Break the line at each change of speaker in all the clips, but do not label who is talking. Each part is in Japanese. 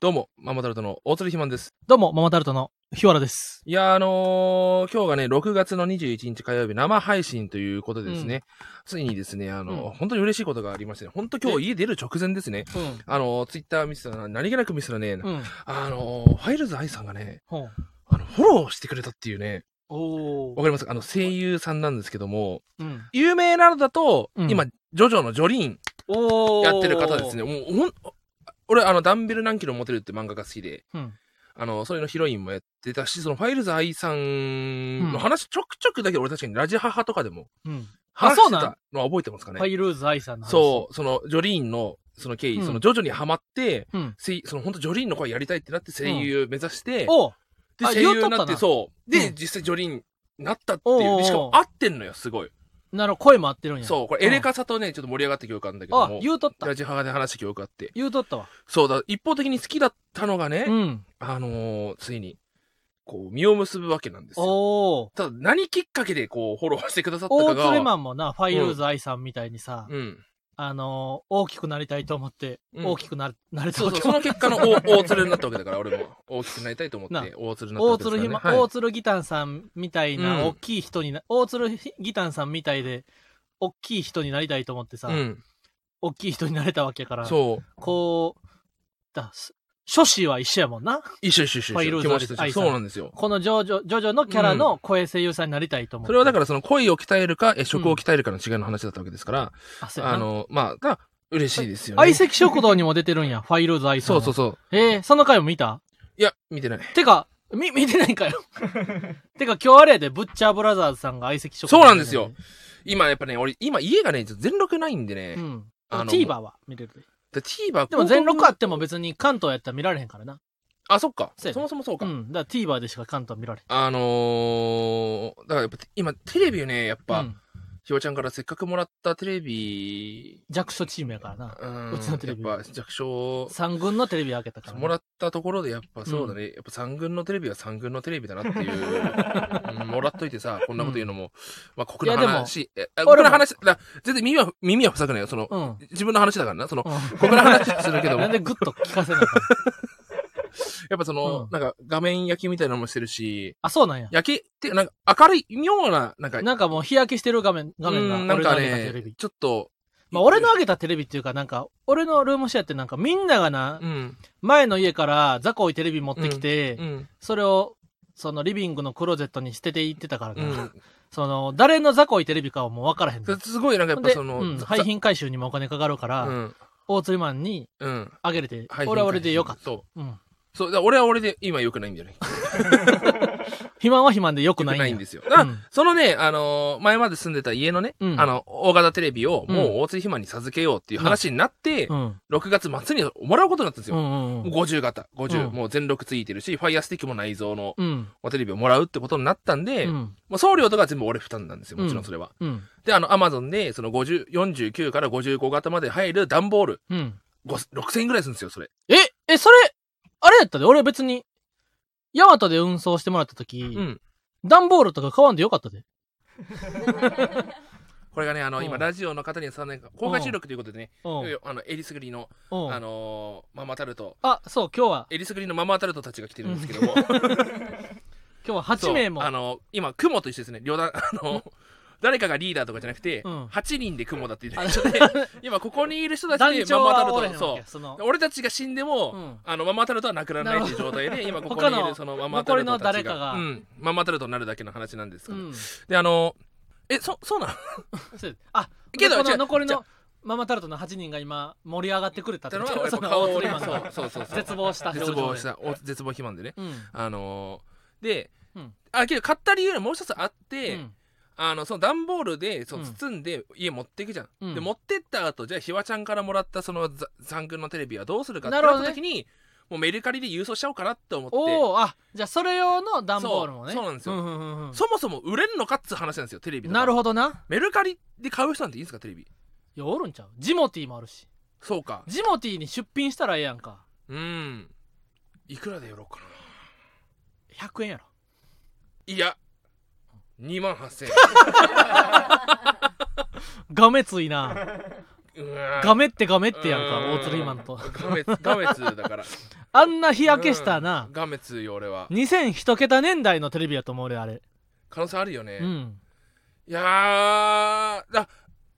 どうも、ママタルトの大鶴ひまんです。
どうも、ママタルトの日原です。
いやー、あのー今日がね、6月の21日火曜日、生配信ということでですね、ついにですね、あのー
うん
本当に嬉しいことがありましてね、本当今日家出る直前ですね、
うん。
あのー、ツイッター見せたら、何気なく見せたらね、
うん。
あのーファイルズ愛さんがね、
ほう。
あの、フォローしてくれたっていうね、わ
お
かりますかあの、声優さんなんですけども、
うん。
有名なのだと、
うん
今、ジョジョのジョリーン
お
やってる方ですね、。もう、ほん、俺、あの、ダンベル何キロ持てるって漫画が好きで、
うん。
あの、それのヒロインもやってたし、そのファイルズ愛さんの話、ちょくちょくだけど、俺確かにラジハハとかでも
うん。
話
そ
し
う
て
なん
たのは覚えてますかね。
ファイルーズ愛さんの話。
そう、そのジョリーンのその経緯、
うん
その徐々にハマって、
う。うん。
せいその本当ジョリーンの声やりたいってなって声優目指して、
おう
で、
あ
声優にな
言うと
っ
った
て、
な
そう。で、
うん
実際ジョリーンになったっていう。
おうおう
でしかも合ってんのよ、すごい。
なるほど、声も合ってるんや。
そう、これエレカサとね、ちょっと盛り上がった記憶あるんだけど
あ
も、、
言うとった
ラ。ジハハで話した記憶あって。
言うとったわ。
そうだ、一方的に好きだったのがね、
うん。
あのーついに、こう、実を結ぶわけなんですよ。
おお。
ただ、何きっかけでこう、フォローしてくださったか
大
が。
鶴マンもな、ファイルーズ愛さんみたいにさ、
うん。
あのー、大きくなりたいと思って、
うん
大きくなれなれた
そう
わ
そう、
け
その結果の 大大鶴になったわけだから、俺も。大きくなりたいと思
な
って、大鶴になった
大
わけですか
鶴
ら、
ひ
ね。
ま、
は
大
い
鶴ギタンさんみたい
うん
な、大きい人にな、大鶴ギタンさんみたいで、大きい人になりたいと思ってさ、
うん。
大きい人になれたわけやから、
そう。
こう、だ、す初心は一緒やもんな。
一緒一緒一緒
ファイ
一緒。
ル
気
ズ
持ちと一緒
愛さん
そうなんですよ。
このジョジョ、ジョジョのキャラの声声優さんになりたいと思って。
それはだ
か
から、その恋を鍛えるか、え食を鍛えるかの違いの話だったわけですから、
ら、あ、そうやな
あの、まあ、が、嬉しいですよね。
相席食堂にも出てるんや、ファイルーズ愛さん
そ
は。
うそうそう。
えー、その回も見た
いや、見てない。
てか、み、見てないんかよ。てか、今日あれやで、ブッチャーブラザーズさんが相席食堂に出てるや。
そうなんですよ今、やっぱね、俺、今、家がね、ちょっと全録ないんでね
う。ん。
あの
TVer は見れる
で
で。
TVer、
でも全録あ
は
っても別に関東やったら見られへんからな。
あ、そっか。
そうやね
そもそもそう
う
か。
ん。だから TVer でしか関東は見られへん。
あのー、だからやっぱ今テレビをね、やっぱ、
うん、
ひよちゃんからせっかくもらったテレビ、
弱小チームやからな。
うん、
うちのテレビ
やっぱ弱小、
三軍のテレビ開けたからな。
もらったところでやっぱそうだね、やっぱ三軍のテレビは三軍のテレビだなっていう、 うんもらっといてさ、こんなこと言うのも、まあ酷ない
やでも
話、えあ酷
俺も
な話、だ全然耳は、耳は塞ぐないよ、その、
うん。うん。
自分の話だからな、その、酷な話するけども、
なんで
やっ
グッと聞かせなかった
ぱその、
うん
なんか画面焼きみたいなのもしてるし、
あ、そうなんや。
焼きっていうかなんか明るい、妙な、なんか、
なんかもう日焼けしてる画面、画面が。
うんなんか
俺の上げたテレ
ね
ビ、。
ちょっと、
まあ俺の上げたテレビっていうかなんか、俺のルームシェアってなんかみんながな
う、ん、
前の家から雑魚いテレビ持ってきて、
うん、
それを、そのリビングのクローゼットに捨てていってたから
う
な。
ん。
その、誰の雑魚いテレビかはもう分からへん
そ
の
れ。すごいなんかやっぱ
で、
その、
うん、
ざ
廃品回収にもお金かかるから、
うん、
大釣りマンに
うん。
あげれて
廃、品
俺は俺でよかっ
回収そう。
た。うん。
そう、だから俺は俺で今良くないんだよね。
肥満は肥満でよく
良
な
く
いんや
ないんですよ。だから
うん
そのね、あのー前まで住んでた家のね、
うん
あの、大型テレビを
うん
もう大津ひまに授けようっていう話になって、
うん。
6月末にもらうことになったんです
う
よ。
んうんうん。
50型、50、
うん
もう全録ついてるし、ファイアスティックも内蔵の
うん。
テレビをもらうってことになったんで、
うん。
もう送料とかは全部俺負担なんですよ、もちろんそれは。
うん。
で、あの、アマゾンで、その50、49から55型まで入る段ボール、
うん。
5 6000円ぐらいするんですよ、それ。
え、え、それ、あれやったで、俺別に、ヤマトで運送してもらった時、
うん。
段ボールとか買わんでよかったで。
これがね、あの、
うん
今、ラジオの方にはさ、なんか、公開収録ということでね、
う
い
ん
よいよあの、えりすぐりの、
うん
あのーママタルト、
あ、そう、今日は、
えりすぐりのママタルトたちが来てるんですけど も、
今日は
そ
8
う
名も
あ。の今、雲と一緒ですね、両団、あの誰かがリーダーとかじゃなくて、
うん
8人で雲だって言っ
あ
てる 今、ここにいる人たち
団
でマ
長
マタ
は
ル
おれへん
ト、
わけ
そ
やその
う。、俺たちが死んでも、
うん
あのママタルトはなくならないっていう状態で今ここ
他
にい
の
るそのママタルトたち
残りの誰かが
うん、ママタルトになるだけの話なんですか
う
ら、
ん。
であのえそそうなの
そうあ、
けど
こ
違う
の残り
違
のママタルトの8人が今、盛り上がってくれたって
だからやっぱ
その
顔
大
を
鳥
ね
マンが
そうそうそうそう
絶望した表情
絶
で
望し。たお絶望肥満でね
うん。
あのーで、
うん
あけど買った理由がもう一つあっ
う
て、
ん
あのその段ボールでそう
うん
包んで家持っていくじゃん、
うん
で持ってった後じゃあひわちゃんからもらったそのざ残軍のテレビはどうするかって
なるほ
な
ど
っ
ね
た時にもうメルカリで郵送しちゃおうかなって思って
おおあ、じゃあそれ用の段ボールもね。
そうそうなんですよ
んうんうんうん
そもそも売れんのかっつう話なんですよテレビとか
なるほどな。
メルカリで買う人なんていいんですかテレビ
いや、おるんちゃうジモティーもあるし。
そうか
ジモティーに出品したらええやんか。
うんいくらでやろうかな
100円やろ。
いや2万8000
ガメついな。
円
ガメってガメってやんか、大鶴ひまんと。
ガメツガメツだから
あんな日焼けしたな
うん、ガメつよ俺は
2001桁年代のテレビやと思う俺あれ、
可能性あるよね、
うん
いやーあ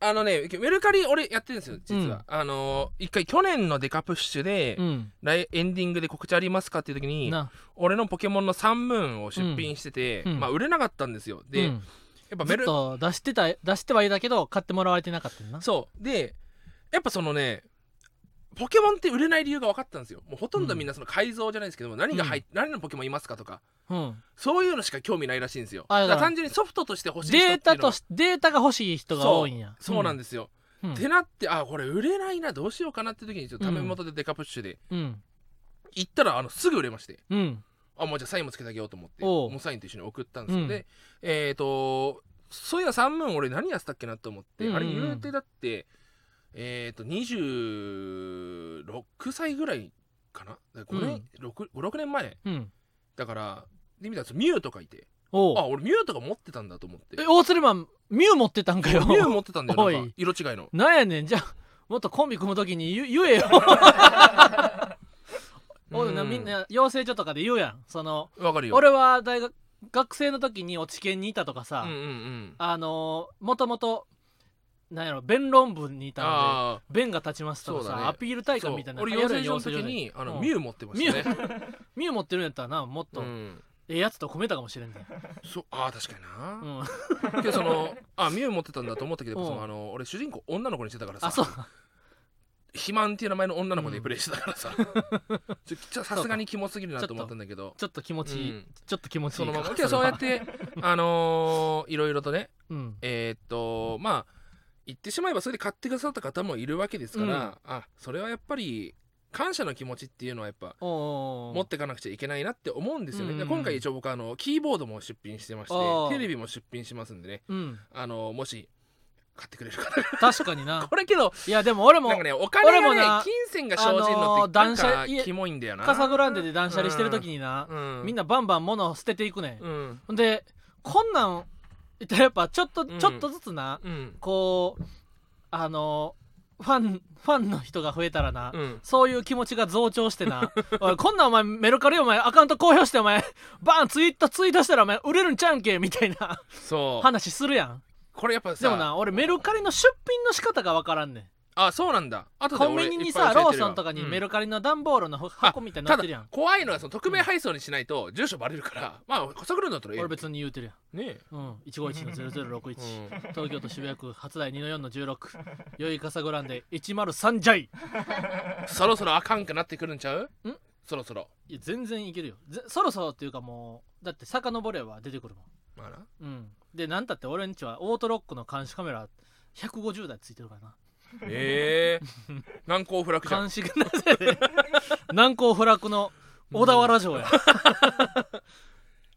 あのねメルカリ俺やってるんですよ実は、あのー一回去年のデカプッシュで、
うん
来エンディングで告知ありますかっていう時に
な
俺のポケモンのサンムーンを出品してて、
うんうん
まあ売れなかったんですよで、
う
や
ん
っぱ
ず
メ
っ
ル
と出してた出してはいたけど買ってもらわれてなかったんな
そうでやっぱそのねポケモンって売れない理由が分かったんですよもうほとんどみんなその改造じゃないですけども、何が入っ何のポケモンいますかとか
うん、
そういうのしか興味ないらしいんですよ
あ
だ
だ
か
から
ら単純にソフトとして欲しい人ってい
デ
う
ータ
のが
としデータが欲しい人が多いんや
そうなん
で
ですよ、
す、うん
ってなってあこれ売れないなどうしようかなって時にちょっとため元でデカプッシュで
うん
行ったらあのすぐ売れまして
うん
あもうじゃあサインもつけてあげようと思って
おう
もうサインと一緒に送ったんですよ、
うん
でえっ、とそういや3分俺何やってたっけなと思って、
うんうん
あ
う
れ
ん
言うてだってえっ、と26歳ぐらいかな5年、六五6年前
うん
だからで見たらミュウとかいて
おう
あ俺ミュウとか持ってたんだと思って
えオーツレマンミュウ持ってたんか よ
ミュウ持ってたんだよ
おい
なんか色違いの
なんやねんじゃあもっとコンビ組む時に言う言えよおいな
う
みんな養成所とかで言うやんその
わかるよ
俺は大学学生の時に落ち研にいたとかさ、
うんうんうん
あのー、もともとなんやろ弁論文にいたの
ああ
で弁が立ちますとか
そう
さ、
だね
アピール大
そ
会
う
みたいな
俺
や
養
るや
成
ん
所の時
養成所で
にあの、
うん
ミュウ持ってましたね
ミュウ持ってるんやったらなもっと、
うん
ええやつと組めたかもしれんね
そうああ確かに
う
な、け
ん、
どそのあミュウ持ってたんだと思ったけど
うん
そのあの俺主人公女の子にしてたから
あそう
さ肥満っていう名前の女の子でプレイしてたからさ、ちょちょさすがにキモすぎるなと思ったんだけど
ちょっと気持ちいい、
うん
ちょっと気持ちい
そ
い
のまま
か
けどそうやっ、てあのーいろいろとね
うん、
えーっとまあ言ってしまえばそれで買ってくださった方もいるわけですから、あそれはやっぱり感謝の気持ちっていうのはやっぱ
おうおうおう
持ってかなくちゃいけないなって思うんですよね、
うん
で今回一応僕あのキーボードも出品してまして
ああ
テレビも出品しますんでね
うん
あのもし買ってくれる方が
確かにな
これけど
いやでも俺も
なんかねお金
俺
が
も
ね
な
金銭が生じるのって
あ
な
の
ん
ー
か
断捨離
キモいんだよな
カサグランデで断捨離してる時にな、
うん
みん
な
なバンバン物を捨てていくね、
うん
ん、でこんなん言ったらやっぱちょっと、
ん
ちょっとずつな
うん
こうあのファンファンの人が増えたらな、
うん
そういう気持ちが増長し てなおいこんなんお前メルカリお前アカウント公表してお前バーンツイッターツイートしたらお前売れるんちゃうんけみたいな
そう
話するやん
これやっぱ
で
さ
もな俺メルカリの出品の仕方がわからんねん
あそうなんだあと
コンビニにさローソンとかにメ
ル
ルカリの段ボールの箱みたいにな
た
ってるや
だ
ん
怖いのはその匿名配送にしないと住所バレるからまあカサグランデだったらええ
俺別に言うてるやん
ね
うん、151-0061、
え、うん
東京都渋谷区初台2-4-16 宵いかさごらんで103ジャイ
そろそろあかんくなってくるんちゃうんそろそろ
いや全然いけるよぜそろそろっていうかもうだって遡れば出てくるもん
まあな
うんでなんたって俺んちはオートロックの監視カメラ150台ついてるからな
ええ 難攻不落じゃん
監視がなぜで 難攻不落の小田原城や、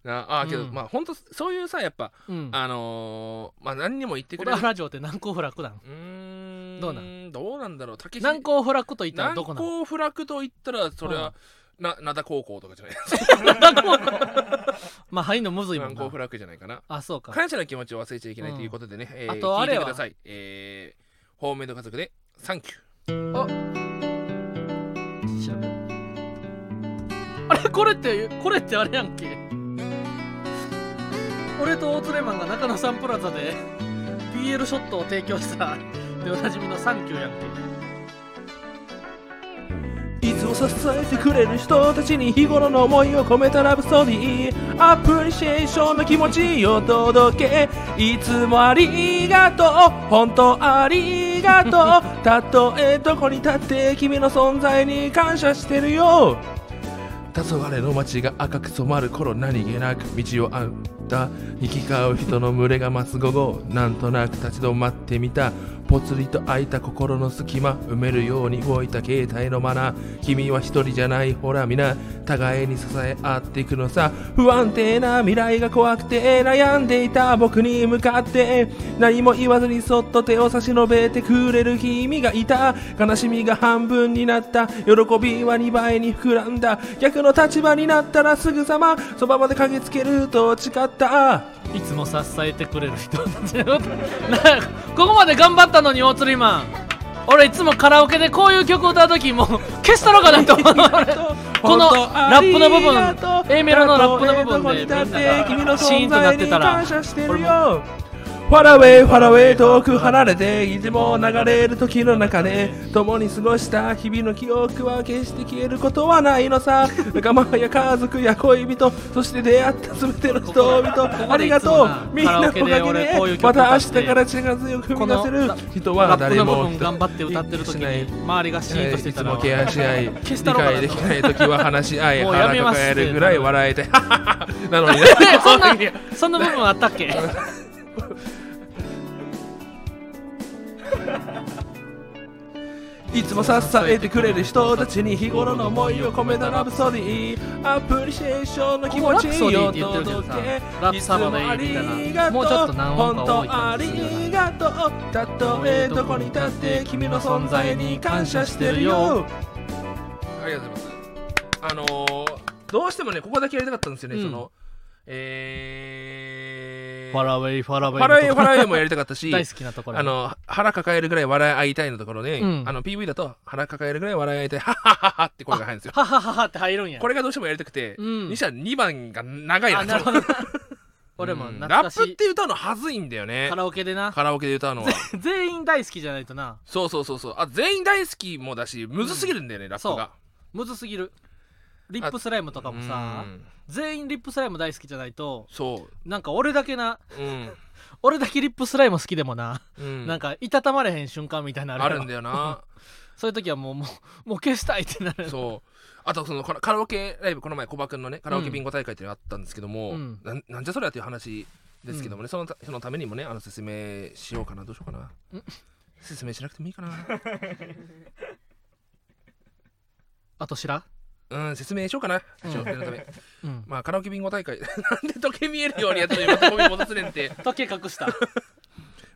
なあーけど、
うん
まあ本当そういうさやっぱ
うん、
あのー、まあ何にも言って
小
くれ
田
る
原城って難攻不落なん
うーん
どうな
どうなんだろう竹ひ
難攻不落と言ったら
難
どこなの
攻不落と言ったらそれは、な灘高校とかじゃない
まあ入んのむずいもん
難攻不
な
落じゃないかな
あそうか
感謝の気持ちを忘れちゃいけない
うん
ということでね、え
あとあれ
聞い
は
てくださいえー、ホームメイド家族でサンキュー
調べようあれこれってこれってあれやんけ俺とオートレマンが中野サンプラザで BL ショットを提供したでおなじみのサンキューやんけ
いつも支えてくれる人たちに日頃の思いを込めたラブストーリーアプリシエーションの気持ちを届けいつもありがとう本当ありがとうたとえどこに立って君の存在に感謝してるよ
黄昏の街が赤く染まる頃何気なく道を歩いた行き交う人の群れが待つ午後なんとなく立ち止まってみたぽつりと空いた心の隙間埋めるように動いた携帯のマナー君は一人じゃないほら皆互いに支え合っていくのさ不安定な未来が怖くて悩んでいた僕に向かって何も言わずにそっと手を差し伸べてくれる君がいた悲しみが半分になった喜びは2倍に膨らんだ逆の立場になったらすぐさまそばまで駆けつけると誓った
いつも支えてくれる人たちのことなここまで頑張ったのに大釣りマン俺いつもカラオケでこういう曲歌う時もう消したのかなと思う俺この
本当
ラップの部分
ありがとう
A メロのラップの部分で
たとえどこに立っ
み
て
ん
君
な
の
がシーン
存
となっ
在
て
に
たら
感謝してるよファラウェイファラウェイ遠く離れていつも流れる時の中で共に過ごした日々の記憶は決して消えることはないのさ仲間や家族や恋人そして出会った全ての人
ここだここ
々
だ
ありがと
いつも
う
な
みんなのおか
カ
げ
ラオケで俺こういう
で
曲
また
歌
明
っ
日
て
から力強く踏み出せ
この
る
ラ
人
ラップ
は
の
誰
部
も
分頑張って歌ってる時
しない
に周りがシーンとして
い
た
つ
ら
もケアし合い理
消したろうかな
解できない時は話し合い
もうやめ
腹
ます
抱えるぐらい笑えて なのにね
ねそんなそんな部分あったっけ
いつも支えてくれる人たちに日頃の思いを込めたラブソディアプリシエーションの気持ちを届けいつもありがとう本当ありがとうたとえどこに立って君の存在に感謝してるよ
ありがとうございます。あのー、どうしてもね、ここだけやりたかったんですよね、
うん
その、えー、
ファラウェイファラウェイ
ファライ
の
ファ
とこ
ライもやりたかったし、
大好きなところ
あの、腹抱えるぐらい笑い合いたいのところね、
うん
あの、PV だと腹抱えるぐらい笑い合いたい、はっはっはっはって声が入るんで すよ。
ははははって入るんや
これがどうしてもやりたくて、
うん
西田2番が長い
あ
な
なる
と
ほ
思っ
ど
て。
な俺も
うん
懐
ラ
かし
ップっ
い
て歌うのはずいんだよね
カ。ラオケでな
カラオケで歌うのは。
全員大好きじゃないとな
そうそうそうそう。あ、全員大好きもだし、むずすぎるんだよね、ラップが。
むずすぎるリップスライムとかもさ
うん
全員リップスライム大好きじゃないと
そ
なんか俺だけな
う。うん。
俺だけリップスライム好きでもな、
うん
なんかいたたまれへん瞬間みたいなの
あ
よ
るんだよ な
そういう時はもうもうもう消したいってな る
そうあとそのカラカラオケライブこの前コバくんのねカラオケビンゴ大会っていうのがあったんですけども、
うん
なんなんじゃそりゃっていう話ですけどもね、そのたそのためにもねあの説明しようかなどうしようかな説明しなくてもいいかな
あと知らん
うん説明しようかな、
うん
一応念のため
うん
まあカラオケビンゴ大会 なんで時計見えるようにやってるの今ゴミ戻すねんって
時 計隠した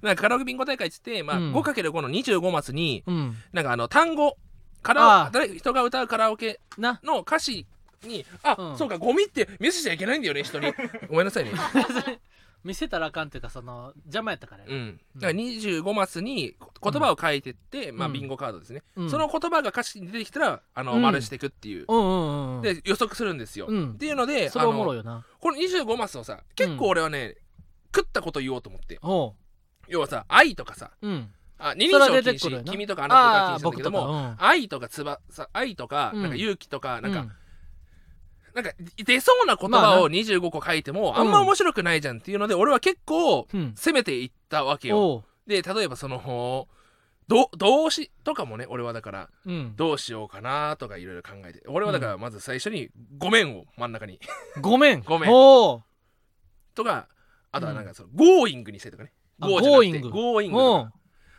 なんかカラオケビンゴ大会っつって、まあ
うん
5×5 の25マスに
うん
なんかあの単語か
あ
ら
ー
誰人が歌うカラオケ
な
の歌詞にあ、
うん
そうかゴミって見せちゃいけないんだよね人にごめんなさいね
見せたらあかんっていうかその邪魔やったからや
うん、だから25マスにこ言葉を書いてって、まあ、
うん
ビンゴカードですね、
うん
その言葉が歌詞に出てきたらあの、
うん
丸していくっていう、
うんうんうんうん
で予測するんですよ、
うん
っていうので
それおもろい
あの
よな
この25マスをさ結構俺はね、食ったこと言おうと思って
ほ
要はさ「愛」とかさ
ううん
「あ二人
それは
称
出
禁
てくるよ
止」「
な
君」とか「あ
あ
な
ー
た」とか禁止なんだ
僕
け
と
ど
か
も
うん
「愛」とか「つばさ」「愛」とか「
うん
なんか勇気」とか、なん
う
かなんか出そうな言葉を25個書いても
まあな
あんま面白くないじゃんっていうので俺は結構
うん
攻めていったわけよ。
おう
で例えばそのど動詞とかもね俺はだから
うん
どうしようかなとかいろいろ考えて俺はだからまず最初に「ごめん」を真ん中に
ごめん
ごめん
おう
とかあとはなんかその「ゴーイング」にしてとかね「
あ
ゴー」じゃなくて
Going
「ゴーイング
お
と
う
か」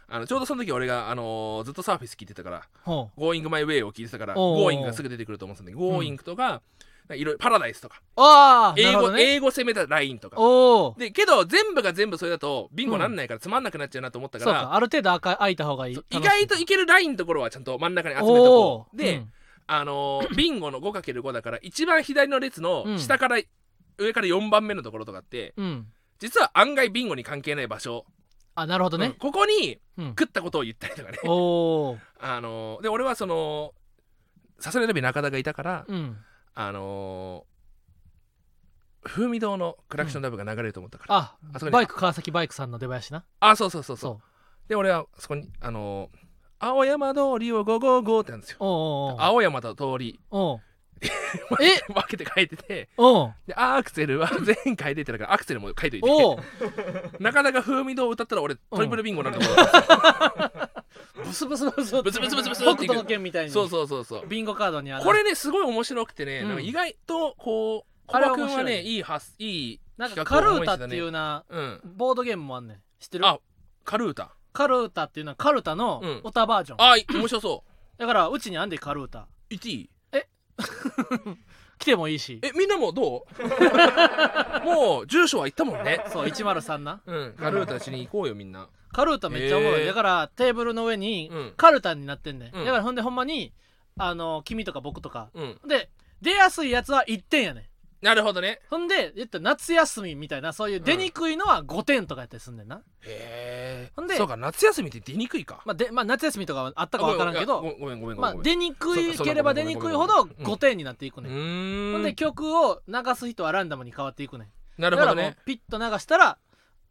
あのちょうどその時俺が、あのーずっとサーフェス聞いてたから
ほ
「ゴーイングマイウェイ」を聞いてたから「
おー
ゴーイング」がすぐ出てくると思うんですよね「ゴーイング」とかいろいろ「パラダイス」とか
うああな
英
るほ
語,、
どね
英語攻めたラインとか
おお
でけど全部が全部それだとビンゴなんないからつまんなくなっちゃうなと思った
そう
から、
かある程度開か開いた方がいい
意外といけるラインのところはちゃんと真ん中に集めと
お
こ
う
うで、あのービンゴの 5×5 だから一番左の列
う
の
ん
下から、上から4番目のところとかって
うんうん
実は案外ビンゴに関係ない場所、
あなるほど
うん
ね
ここに
うん
食ったことを言ったりとかね、
おお
あのーで俺はそのさすがに中田がいたから、
うん
あのー風味堂のクラクションダブが流れると思ったから、
あ
あそこに
バイク川崎バイクさんの出囃子な
あそうそうそうそう
そう
で俺はそこにあのー青山通りを555ってあるんですよ
おうおう
青山と通り
おう
え分けて書いてて
おう
でアクセルは前回出てたからアクセルも書いといて
おう
なかなか風味堂を歌ったら俺トリプルビンゴになると思
ブスブスブス
ブスブスブスブス
北斗の剣みたいに
うそうそうそうそう
ビンゴカードにある
これねすごい面白くてね、
うん
なんか意外とこう
あ
小
れ
葉
面
君
白
はいね
ね
いい発いい
なん
企
か
画
カ
を
ル
思
ー
い
タ
つ
っ
いた
てい
ね
うな
うん
ボードゲームもあんねん知ってる
あカルータ
カルータっていうのはカルタの
うん
オタバージョン、
あい面白そう
だからうちにあんでカルータ
言っていい
来てもいいし
えみんなもどう もう住所は言ったもんね
そう103な
うんカルータしに行こうよみんな
カルータめっちゃおもろい、
へー
だからテーブルの上に
うん
カルタになってんねん、
うん
だからほんでほんまにあの君とか僕とか
うん
で出やすいやつは1点やねん
なるほどね
ほんで言ったら夏休みみたいなそういう出にくいのは5点とかやったりすんねんな、
へ
ねほんで
そうか夏休みって出にくいか
まあでまあ、夏休みとかはあったかわからんけ
あご
ど
めんごめんごめんごめんごめん
まあ、
ごめん
出にくいければ出にくい
そ
ほ
う
ど
かそうか
5点になっていく
う
ね、
ーん
ほんで曲を流す人はランダムに変わっていくね
な
だ
る
か
ほ
ら
ど
もう
ね
ピッと流したら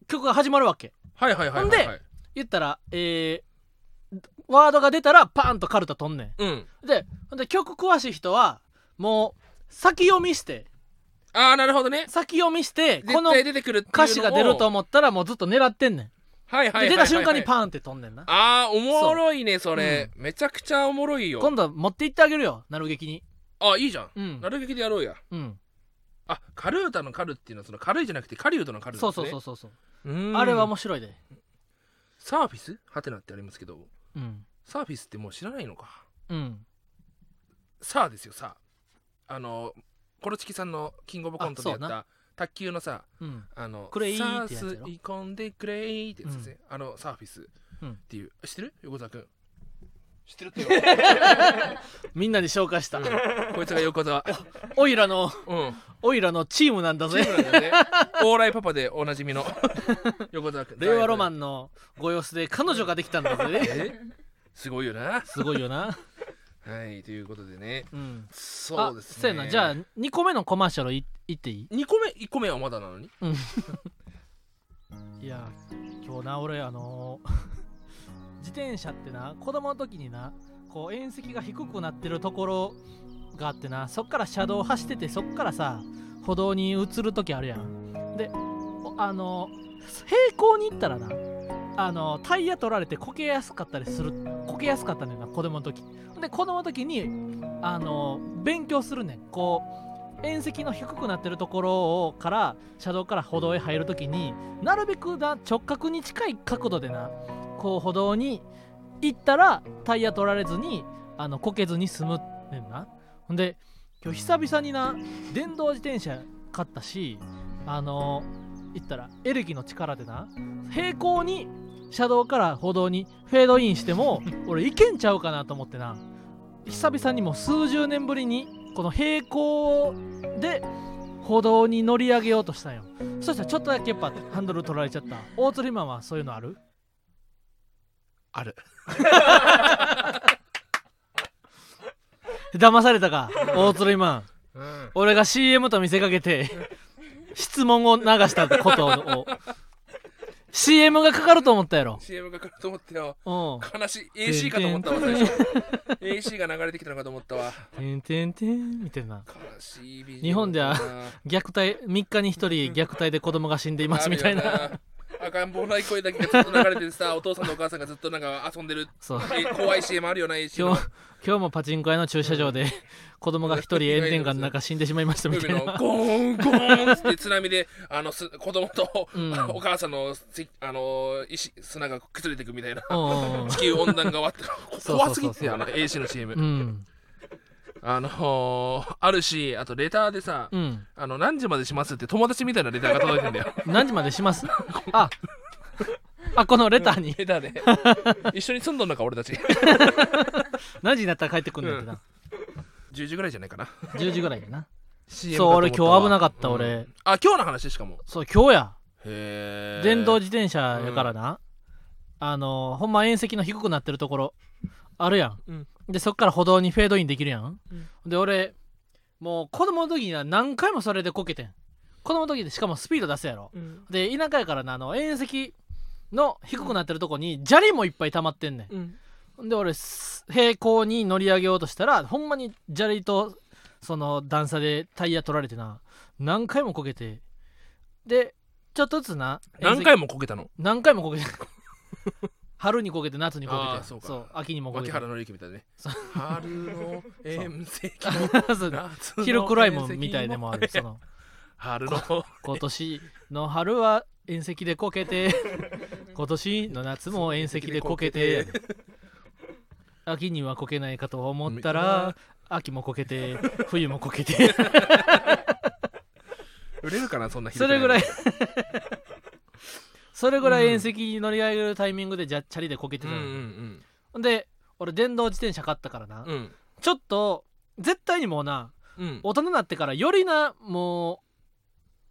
曲が始まるわけ
はいはいはいはいはい
言ったらえーワードが出たらパーンとカルタ取んね
うん
んでほんで曲詳しい人はもう先読みして
ああなるほどね
先読みしてこ
絶
の
対出てくるっていうのを
歌詞が出ると思ったらもうずっと狙ってんねん、
はいはいはいはいはい
で出た瞬間にパーンって飛んねんな
あーおもろいねそれめちゃくちゃおもろいよ
今度持って行ってあげるよなる劇に
あいいじゃん
うん
なるべきでやろうや
うん
あカルータのカルっていうのはその軽いじゃなくて狩人の狩る
そうそうそううそうそう
ーん
あれは面白いで
サーフィスハテナってありますけど
うん
サーフィスってもう知らないのか
うん
さあですよさああのコロチキさんのキングオブコントでやっ
あそう
た卓球のさ
うん
あの
クレイ
サ
ーっ
ー
てやつやろ
スイコンでクレイってやつですね、あのサーフィス
うん
っていう、知ってる横澤君知ってるってよ
みんなに紹介した
こいつが横 澤
オイラの
うん
オイラのチームなんだ
チー
ぜ
ムなんだよねオーライパパでおなじみ の横澤君
令和ロマ
ン
ンのご様子で彼女ができたんだぜ
えすごいよな
すごいよな
はいということでね
うん
そうですね
あそうやなじゃあ2個目のコマーシャルいいっていい
2個目1個目はまだなのに
いや今日な俺あのー 自転車ってな子供の時になこう縁石が低くなってるところがあってなそっから車道を走っててそっからさ歩道に移る時あるやんでおあのー平行に行ったらなあのータイヤ取られてこけやすかったりするこけやすかったねんな子供の時で子供の時にあのー勉強するねんこう縁石の低くなってるところをから車道から歩道へ入る時になるべくな直角に近い角度でなこう歩道に行ったらタイヤ取られずにあのこけずに済むねんなほんで今日久々にな電動自転車買ったしあの言ったらエレキの力でな平行に車道から歩道にフェードインしても俺いけんちゃうかなと思ってな久々にもう数十年ぶりにこの平行で歩道に乗り上げようとしたんよそしたらちょっとだけやっぱハンドル取られちゃった大釣りマンはそういうのある
ある
騙されたか大釣りマン
うん
俺が CM と見せかけて質問を流したことを CM がかかると思ったやろ
CM が来ると思ったよ
う
悲しい AC かと思ったわ最初 AC が流れてきたのかと思ったわ
んてんてんてんみたいな
悲しい BGM
日本で
だ
は
ったな
虐待3日に1人虐待で子供が死んでいますみたいな
赤ん坊ない声だけがずっと流れててさお父さんとお母さんがずっとなんか遊んでる
そう
え怖い CM あるよな AC
今
の
日今日もパチンコ屋の駐車場で子供が1人炎天下の中死んでしまいましたみた
海
い
の
な
ゴーンゴーンっつって津波であのす 子供と、
うん
お母さんのつあの石砂が崩れてくみたいな
うん
地球温暖化はって
そうそうそうそう
怖すぎてあの AC の CM、
うん
あのーあるしあとレターでさ、
うん
あの何時までしますって友達みたいなレターが届いてんだ よ
何時までしますああこのレターに
レターで一緒に住んどんのか俺 たち
何時になったら帰ってくんねんってな、
10時ぐらいじゃないかな
10時ぐらい やな
CM
そう俺
かと
今
思
日危なかった
わ
俺、
うんあ今日の話しかも
そう今日や
へえ
電動自転車やからな、あのほんま縁石の低くなってるところあるやん、
うん
でそっから歩道にフェードインできるやん、
うん
で俺もう子供の時には何回もそれでこけてん子供の時でしかもスピード出すやろ
うん
で田舎やからなあの縁石の低くなってるとこに砂利もいっぱい溜まってんねん
うん
で俺す平行に乗り上げようとしたらほんまに砂利とその段差でタイヤ取られてな何回もこけてでちょっとずつな
何
遠赤
回もこけたの
何回もこけて春にこけて夏にこけ
あ
て
ーそうか
秋にもこけ
脇
て
原の之みたいなね
そう
春の遠征期
そう
夏の
ヒルクライムみたいでもある
遠征
そ
期
の
春の
今年の春は遠石でこけて 今年の夏も遠石でこけて秋にはこけないかと思ったら秋もこけて冬もこけ て
売れるかなそんなヒ
そ
ルクラ
れ
イム
ぐらいそれぐらい遠石に乗り上げるタイミングでじゃチャリでこけて
う
た
ん
の
う
よ、
ん
ほんで俺電動自転車買ったからな、
うんうん
ちょっと絶対にもうな
うん
大人になってからよりなも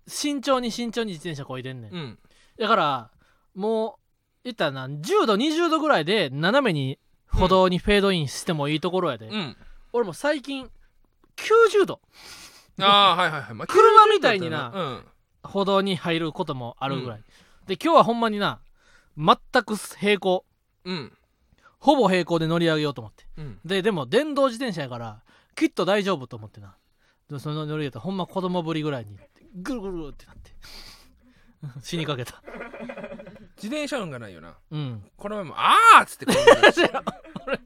う慎重に慎重に自転車こいでんねん、
うん
だからも言ったらな10度20度ぐらいで斜めに歩道にフェードインしてもいいところやで、
うん
俺も最近90度
ああはいはいはい、まあ、
車 みたいに
90だったらうん
歩道に入ることもあるぐらい、で今日はほんまにな全く平行
うん
ほぼ平行で乗り上げようと思って
うん
ででも電動自転車やからきっと大丈夫と思ってなでその乗り上げたらほんま子供ぶりぐらいにぐるぐるぐるってなって 死にかけた
自転車運がないよな
うん
この前も「あーっつって転んだ
俺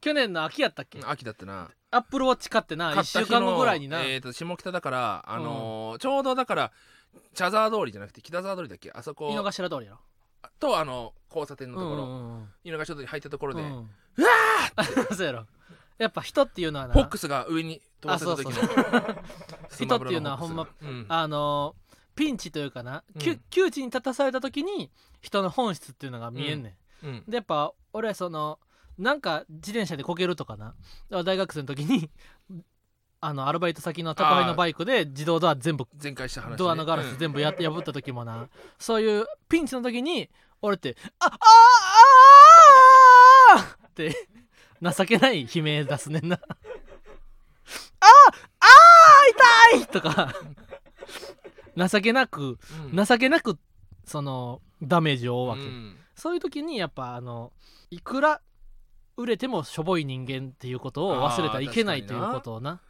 去年の秋やったっけ
うん秋だったな
アップルウォッチ買ってな1
買った日の
週間後ぐらいにな、
えー、と下北だから、あのーちょうどだから茶沢通りじゃなくて北沢通りだっけあそ
井の
こ
頭通りやろ
とあの交差点のところ、
うんうん
井の頭通り入ったところ
うんう
で、
ん そうやろやっぱ人っていうのはな
フォックスが上に飛ばせた時の
あそ
ス
う
マブラの
人っていうのは
フォックス
ほんま
が うん
あのピンチというかな、きゅ
うん
窮地に立たされた時に人の本質っていうのが見えんねん、
うん
でやっぱ俺はそのなんか自転車でこけるとかな大学生の時にあのアルバイト先の宅配のバイクで自動ドア全部
全開した話、ね、
ドアのガラス全部や破った時もなそういうピンチの時に俺って「あああああって情けない悲鳴出すねんな「あああ痛い!」とか情けなく
うん、うん
情けなくそのダメージを負うわけ、
うん
そういう時にやっぱあのいくら売れてもしょぼい人間っていうことを忘れてはいけない
あー
ということをな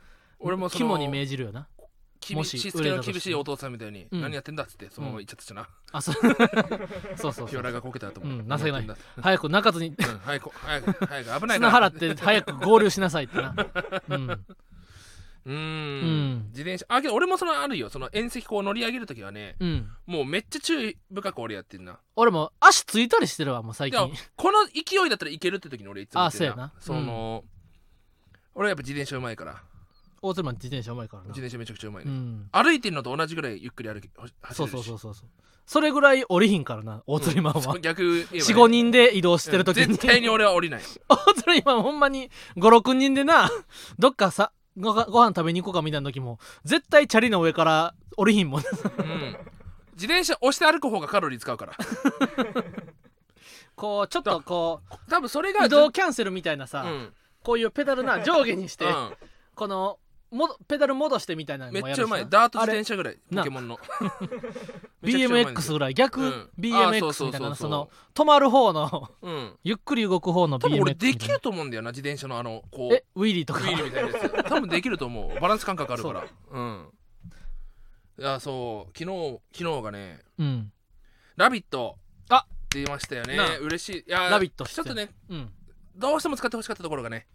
俺もその
肝に銘じるよなも
厳
し
し
売れ
の
たとして
厳しいお父さんみたいに、
うん
何やってんだっつってそのまま言っちゃったしな、
あそうそうそう
ピュ
そ
ア
う
ラがこけたと思う、
うん情けな
何
い
やってんだ
早く中津に
うん、早く早く早く危ない
砂
な
払って早く合流しなさいってな。うん。
うーん
うん
自転車あけど俺もそのあるよその縁石こう乗り上げる時はね
うん。
もうめっちゃ注意深く俺やってるな
俺も足ついたりしてるわ、もう最
いや
近。
この勢いだったらいけるって時に俺いつも言ってる
あそ
そう
やな
の、俺はやっぱ自転車うまいから
オートマン自転車うまいからな
自。転車めちゃくちゃうまいうね、
ん。
歩いてるのと同じぐらいゆっくり歩き走れるし
そうそうそうそうそう。それぐらい降りひんからな、オートリマン
そ
は
う。逆言えばね
4、5人で移動してる時
うん
に。
絶対 に俺は降りない
オートリマンほんまに5、6人でな、どっかさ、ごご飯食べに行こうかみたいな時も、絶対チャリの上から降りひんもん。
うん自転車押して歩く方がカロリー使うから
こう、ちょっとこ
多分それ
う、
が
移動キャンセルみたいな
う
さ、
ん、
こういうペダルな、上下にして
う、ん
この、もどペダル戻してみたいなの
め
もや
っ
る
ちゃ
しな
うまいダート
あ
自
れ
転車ぐらい
な
ポケモンの めちゃくちゃうまいんですよ
BMX ぐらい逆
うん
BMX みたい
あーそうそうそうそう
なその止まる方の
うん
ゆっくり動く方の
多
BMX
分俺で
み
き
たいな
ると思うんだよな自転車のあの こう
えウィリーと
ウ
か
ィリーみたいなやつ多分できると思うバランス感覚あるからうんいやそう昨日昨日がね
うん
「ラビット!」
あ
出ましたよね
なあ
嬉しいいや
ラビット
ちょっとね
うん
どうしても使ってほしかったところがね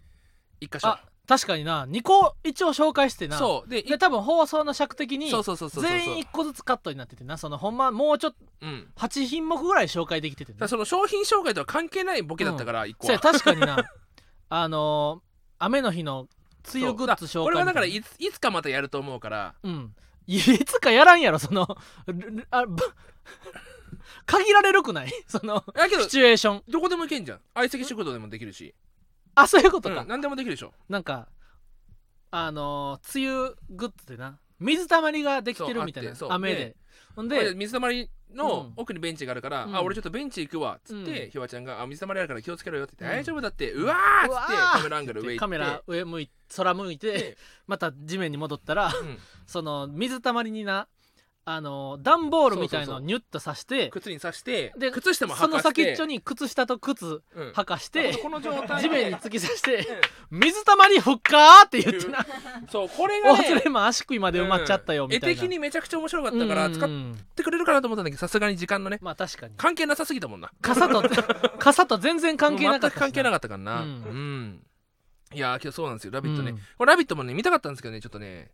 一箇所
あ確かにな2個一応紹介してな
そうでい
で多分放送の尺的に
そうそうそうそうそう
全員1個ずつカットになっててなそのほんまもうちょっと
うんだ
8品目ぐらい紹介できてて
から
なそ
その商品紹介とは関係ないボケだったから一個
うや
は
確かになあのー雨の日の梅雨グッズ
そう
紹介
俺はだから
みたい
いついつかまたやると思うから
なうんい つかやらんやろそのルルあば限られるくない その
だけど
シチュエーション
どこでも行けんじゃん相席食堂でもできるし
あそういうことか、
うん何でもできるでしょ
なんかあのー梅雨グッズでな水たまりができてるみたいな
そうあってそう
雨で
で
ほん
で
で
水たまりの
うん
奥にベンチがあるから、
うん
あ俺ちょっとベンチ行くわっつって、
うん
ひわちゃんがあ水たまりあるから気をつけろよって言って、
うん
大丈夫だってうわーっつって
うわー
カメラアングル上行って
カメラ上向い空向いて
で
また地面に戻ったら、
ん
その水たまりになあのー段ボールみたいの
そうそう
を
そう
ニュッと刺して
靴に刺して
で
靴下も
そ
履
の
かせ
先
て
っちょに靴下と靴
うん
履かし
で
て、
この状態で
地面に突き刺して「水たまりふっかー!」って言ってな
うんそうこれ
「お
がね
釣れも足首まで埋まっちゃったよ」
うん
みたい
絵
な、
的にめちゃくちゃ面白かったから使っ
うん
てくれるかなと思ったんだけどさすがに時間のね
まあ確かに
関係なさすぎたもんな
傘と 傘と全然関係なかった
全く関係な
かっ
かったからな
う
うんん、いやー今日そうなんですよ「ラビット!」ね、
うん
これ「ラビット!」もね見たかったんですけどねちょっとね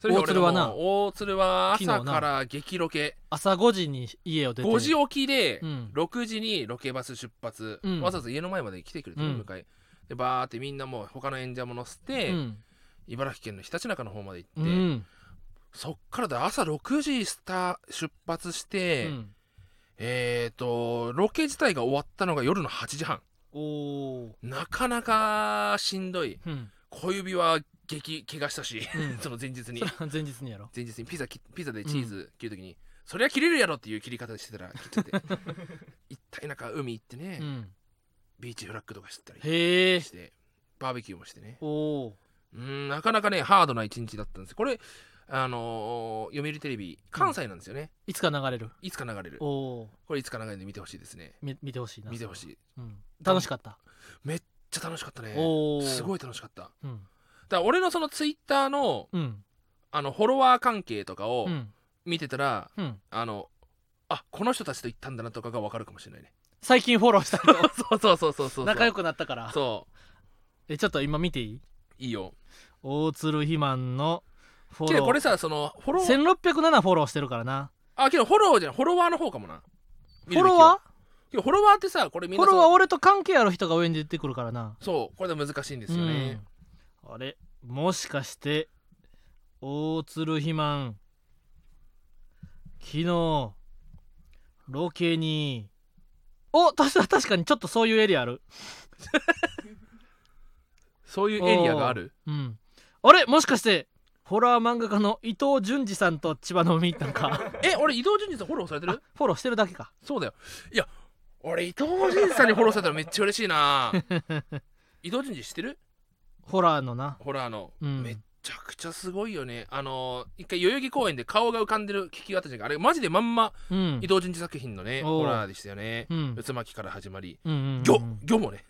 そ
大鶴はな
大鶴は朝
昨日な
から激ロケ
朝5時に家を出て
5時起きで
うん
6時にロケバス出発、
うん
わざわざ家の前まで来てくれてね、
うん
迎えでバーってみんなもう他の演者も乗せて、
うん
茨城県のひたちなかの方まで行
う
って、
ん
そっからだ朝6時スタ出発して、
うん
えーとロケ自体が終わったのが夜の8時半
おお
なかなかしんどい
うん
小指は激怪我したし、
う ん
その前日に
前日にやろ
前日にピザきピザでチーズ切るときに、そりゃ切れるやろっていう切り方してたら切ってて一体なんか海行ってね、
うん、
ビーチフラッグとかしてたり
へえ
してバーベキューもしてね
おお
うんなかなかねハードな一日だったんですこれあのー読売テレビ関西なんですよね、
いつか流れる
いつか流れる
おお
これいつか流れるんで見てほしいですね
見見てほしいな
見てほしい、めっ
うん、楽しかった、
ちゃ楽しかったね
おお
すご
い、
い楽しかっただか
うん
ら俺のそのツイッターの
うん
あのフォロワー関係とかを
うん
見てたら、
うん、
あのあこの人たちと行ったんだなとかが分かるかもしれないね
最近フォローしたけど
そうそうそうそうそう
仲良
く
くなったから
そ
えちょっと今見ていいう
いいよ
大鶴肥満のフォ
け
ロー
どこれさそのフォロー
1607フォローしてるからな
あけどフォローじゃないフォロワーの方かもな
フォロワ
ーフォロワーってさこれ
ー
みん
フォ
なそ
ロ
の
ワー俺と関係ある人が上に出てくるからな
そうこれで難しいんですよね、
うんあれもしかして大鶴肥満昨日ロケにお確か確かにちょっとそういうエリアある
そういうエリアがある
うんあれもしかしてホラー漫画家の伊藤淳二さんと千葉の海行ったんか
え俺伊藤純二さんフォローされて
あ
る
フォローしてるだけか
そうだよいや俺伊藤純二さんにフォローされたらめっちゃ嬉しい な伊藤純二知ってる
ホラーのな
ホラーの、
うん
めっちゃくちゃすごいよねあの一回代々木公園で顔が浮かんでる聞きがあったじゃんかあれマジでまんま
うん
伊藤純二作品のね、
おう
ホラーでしたよね、
うん
渦巻きから始まり
うんうんうん
魚魚もね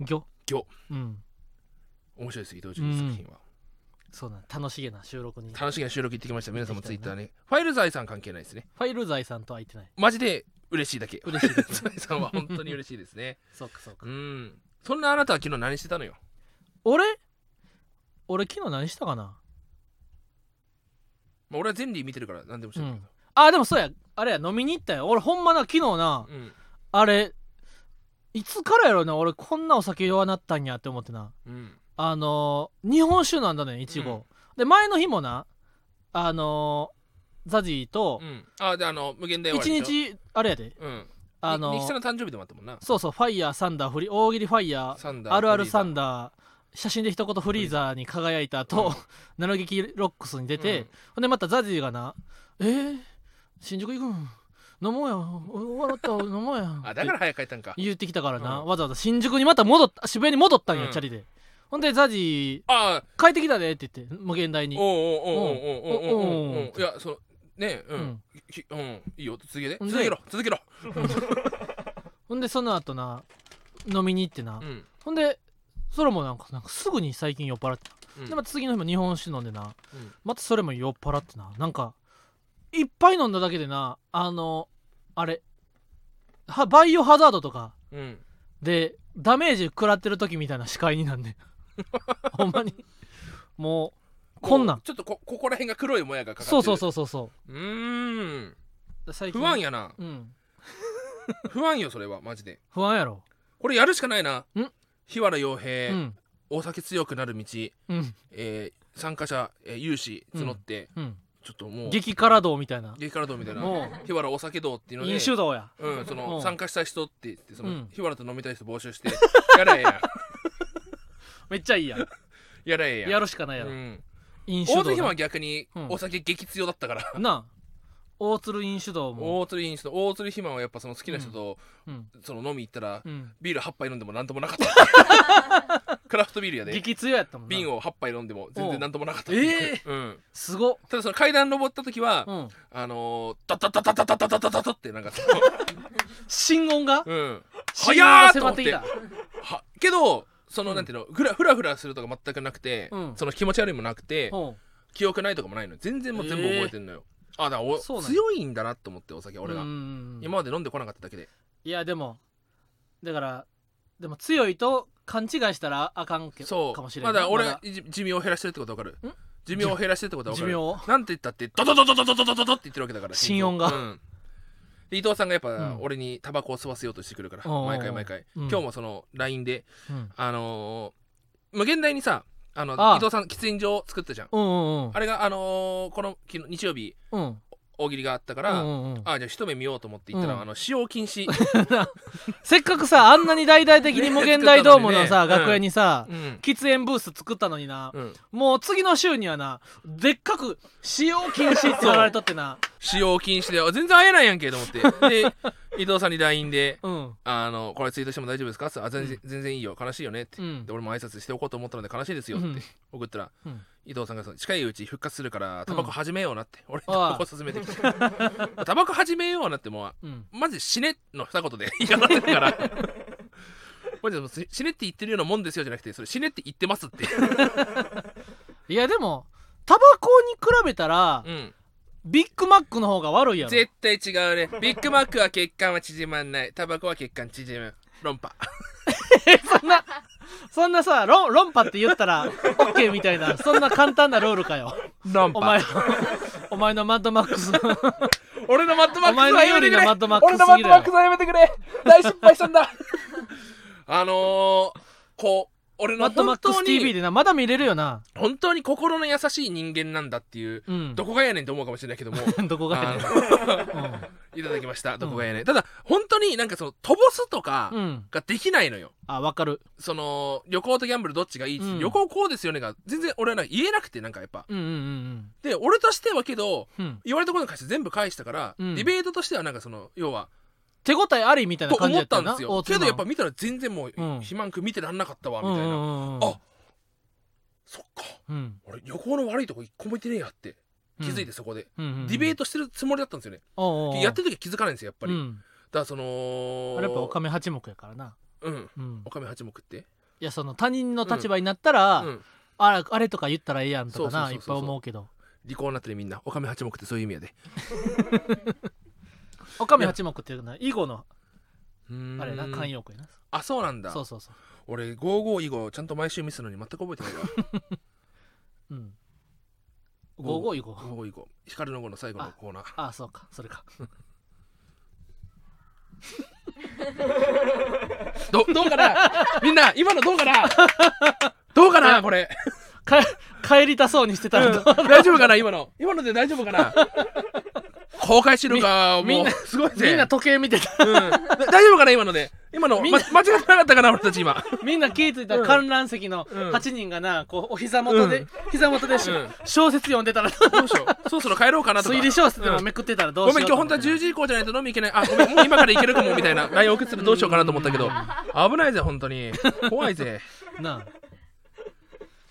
魚
魚
うん
面白いです伊藤純二作品は、
そうなん楽しげな収録にフ
楽しみな収録行ってきました皆さんも
行っ
ツ
て
イ
き
ッ
た
ター
よ
ねファイル財産関係ないですね
ァイル財さんとは言ってない
マジで嬉しいだけ
嬉しいです
財産は本当に嬉しいですね
そうかそうか
うんそんなあなたは昨日何してたのよ
俺俺昨日何したかな
まあ、俺は全理見てるから何でもしてるけど、
あでもそうやあれや飲みに行ったよ俺ほんまな昨日な
うん
あれいつからやろな俺こんなお酒弱なったんやって思ってな
うん
あのー日本酒なんだねいちごで前の日もなあのーザジーと
うん、あであの無限大
一日あれやで
うん
あ
あの
の
西
ー
田の誕生日でもあったもんな
そうそうファイヤーサンダーフリ大喜利ファイヤー
サンダー
あるあるサン
ダ
ダー写真で一言フリーザーに輝いた 後、ナノ劇ロックスに出て、ほんでまたザジーがな「えー、新宿行くん飲もうやお終わった飲もうや」
あだから早く帰ったんか
言ってきたからな、
うん
わざわざ新宿にまた戻った渋谷に戻ったんや、
うん
チャリでほんでザジー
あ
「帰ってきたで」って言って無限大
お
に
う。おうおうおうおうおうおうおう
うん
いやそのねえう
うんん
きうんいいよ続けて
うん
続けろ続けろ
ほんでその後な飲みに行ってな、
うん
ほんでそれもなんかなんかすぐに最近酔っ払って、
うん
でまた次の日も日本酒飲んでな
うん
またそれも酔っ払ってななんかいっぱい飲んだだけでなあのあれはバイオハザードとか
うん
でダメージ食らってる時みたいな視界に なんでほんまにもうこんなん
もうちょっとこここら辺が黒いもやがかかって
そう
る
そうそううそうそう
ーん
う最近
不安やな
うん
不安よそれはマジで
不安やろ
これやるしかないなん日原洋
う
平
ん
お酒強くなる道
うん
えー参加者えー有志募って
うん
ちょっともう
激辛道みたいな
激辛道みたいな
も
日原お酒道っていうので
飲酒道や
うん、その
うん
参加した人って言ってその、
うん
日原と飲みたい人募集して やれや
めっちゃいいやん
やれや
やるしかないや
う
ろ
ん、
飲
大
酒
津
道
姫は
な
逆に
うん
お酒激強だったから、
なあ大鶴飲酒道も
大鶴飲酒と大鶴ひまはやっぱその好きな人と、
うん
その飲み行ったら、
うん
ビール8杯飲んでもなんともなかった クラフトビールやで
激強やったもんな
瓶を8杯飲んでも全然なんともなかった
おうええ
うん、
すご
ただその階段登った時は、
うん
あのー、ダッダッダッダッダッダッダッダッダッってなんかそ
心音が
の うん
心音が
早ーと
迫
思っ
ってき
て
た
はけどその、
うん
なんていうのふらふらふらするとか全くなくて、
うん
その気持ち悪いもなくて、
うん
記憶ないとかもないの全然もう全部覚えてんのよ、あだからお
そうなんや
強いんだなと思ってお酒俺が、
うんうんうん
今まで飲んでこなかっただけで
いやでもだからでも強いと勘違いしたらあかんけ
そう
かもしれな
ま
い
だ俺、
まだ
じ寿命を減らしてるってことわかる
ん
寿命を減らしてるってことわか
寿
る
命
なんて言ったってドドドドドドドドドドって言ってるわけだから
心音が
うんで伊藤さんがやっぱ
うん
俺にタバコを吸わせようとしてくるから、
おうおう
毎回毎回、
うん
今日もその LINE で
うん
あのー、無限大にさあの
ああ
伊藤さん喫煙所を作ったじゃん
うんうん
あれがあのー、この昨日日曜日
うん
大喜利があったから、
うんうんうん
あじゃあ一目見ようと思って行ったら、
うん
あの使用禁止、
せっかくさあんなに大々的に無限大ドームのさ
ね作ったのにね
楽屋にさ、
うん
喫煙ブース作ったのにな、
うん
もう次の週にはなでっかく使用禁止って言われとってな
使用禁止であ全然会えないやんけと思ってで伊藤さんに LINE で
うん
「あのこれツイートしても大丈夫ですか?」って言ったらあ全然全然いいよ悲しいよね」って、
うん
で俺も挨拶しておこうと思ったので悲しいですよ」っ
う
て
ん
送ったら、
うん
伊藤さんがその近いうち復活するからタバコ始めようなって、俺に
おい
タバコ勧めてきて タバコ始めようなってもう
うん
マジ死ねの二言で 言われてるからマジでもう死死ねって言ってるようなもんですよじゃなくてそれ死ねって言ってますって
いやでもタバコに比べたら、
うん
ビッグマックの方が悪いやろ
絶対違うねビッグマックは血管は縮まんないタバコは血管縮む論破
そんなそんなさ論論破って言ったら OK みたいなそんな簡単なルールかよ
論
お前のお前のマッドマッ クスの
俺のマッドマックスはやめて
お前の有利
く
な
れ
マッドマックス
俺のマッドマッ
すぎるやろ
クスはやめてくれ大失敗したんだ あのー、こう俺
マ
の
ッドマッ
本
ク
当
ス TV
に
でなまだ見れるよな
本当に心の優しい人間なんだっていう、
うん
どこがやねんと思うかもしれないけども
どこがやねん
いただきましたどこがやねん、ただ本当になんかその飛ばすとか
うん、うん、
ができないのよ、
あわかる
その旅行とギャンブルどっちがいいっつって、
うん
旅行こうですよねが全然俺はなんか言えなくてなんかやっぱ
うんうんうん
で俺としてはけど
うんうん
言われたことに関して全部返したから、
うん
ディベートとしてはなんかその要は
手応えありみたい
と
な感じ
思
やっ
ったた
よ
ん
な
ですよけどやっぱ見たら全然もう、
うん
肥満くん見てらんなかったわ
大
み
津
たい
マン
な、
うんうんうんうん
あそっか
うん
俺旅行の悪いとこ一個も行ってねえやって気づいてそこで、
うんうんうん
ディベートしてるつもりだったんですよね、
おうおう
やってる時は気づかないんですよやっぱり、
う
だか
ん
らその
あれやっぱおかめ八目やからな
うん
うん
おかめ八目って
いやその他人の立場になったら、
うん
あらあれとか言ったらええやんとかな
そう
い
そうそうそ
っ
う
ぱい思うけど
利口になってるみんなおかめ八目ってそういう意味やで
おかめ八目っていうのは囲碁の
うーん
あれやな慣用句やな
あそうなんだ
そうそうそう
俺55以後ちゃんと毎週見せるのに全く覚えて ないわ
うん五五囲碁
55以後光の碁の最後のコーナー
ああそうかそれか
どどうかなみんな今のどうか などうかなこれ
か帰りたそうにしてたらどう
大丈夫かな今の今ので大丈夫かな公開してるか
み
も
ん
う
な
すごいぜ
みんな時計見てた
うんだ大丈夫かな今ので今の
みん
ま
な
間違ってなかったかな俺たち今
みんな気ぃついたら観覧席の8人がな、こうお膝元で、
う
膝元でしょ、
うん
小説読んでたら
どうしようそろそろ帰ろうかなとか
推理小説でもめくってたらどう
ご
し
めん
よう
今日本
と思
当
っ
は
て、
10時以降じゃないと飲み行けないあごめんもう今から行けるかもみたい な LINE 送ってたらどうしようかなと思ったけど危ないぜ本当に怖い ぜ
なあ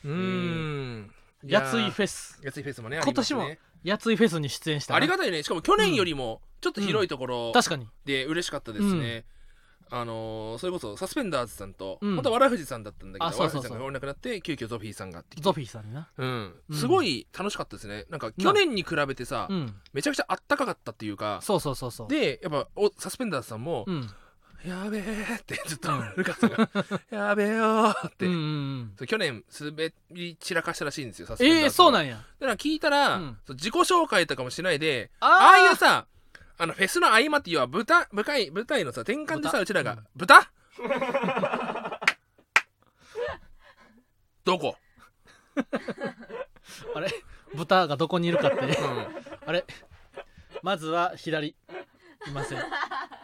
うーん
やつい
ェス
フェス
やついフェスもね
今年
あ
も
りますね
やついフェスに出演したな
ありがたいねしかも去年よりもちょっと広いところ
確かに
で嬉しかったですね、あのーそれこそサスペンダーズさんと、
うん
本当はわらふじさんだったんだけど
あ
わ
そう
らふ
そう
じ
そ
さ
う
んがおらなくなって急遽ゾフィーさんがってきて
ゾフィーさんにな
うん、
うん
すごい楽しかったですねなんか去年に比べてさ、
うん
めちゃくちゃあったかかったっていうか
そうそうそうそう
でやっぱおサスペンダーズさんも
う、ん
やべえってずっとルカさん が「やべえよ」って、
うんうんうん
そう去年滑り散らかしたらしいんですよサスペンダーズ
ええそうなんや
だから聞いたら、
うん
そう自己紹介とかもしないで
あー
ああいうさあのフェスの合間っていうのは舞台舞台舞台のさ転換でさ
豚
うちらが
うん
「豚どこ
あれ豚がどこにいるかって
うん
あれまずは左いません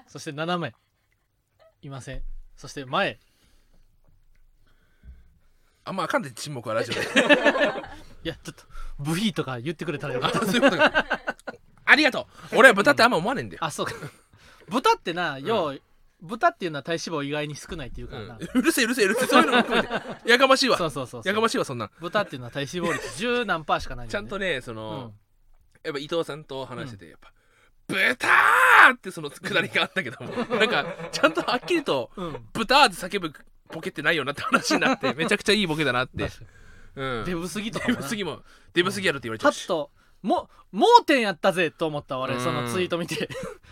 そして斜めいませんそして前
あんまあかんで沈黙はラジオで
いやちょっとブヒーとか言ってくれたらよか
あ
った
そういうことかありがとう俺は豚ってあんま思わねえんだよ、
あそうか豚ってなよう豚っていうのは体脂肪意外に少ないっていうからな、
うんうるせえうるせえうるせえそういうのも含めて やかましいわ
そうそうそうそう
やかましいわそんなん
豚っていうのは体脂肪率十何パーしかないん
ちゃんと
ね、
ねそうの、
ん、
やっぱ伊藤さんと話してて、やっぱ「豚!」ってそのくだりがあったけど もなんかちゃんとはっきりと「
うん
豚!」って叫ぶボケってないよなって話になってめちゃくちゃいいボケだなって、うん、
デ
デ
ブすぎとかも
ブ
な
すぎもデブすぎやろって言われち
パ
ゃうし
ッとも盲点やったぜと思った俺そのツイート見て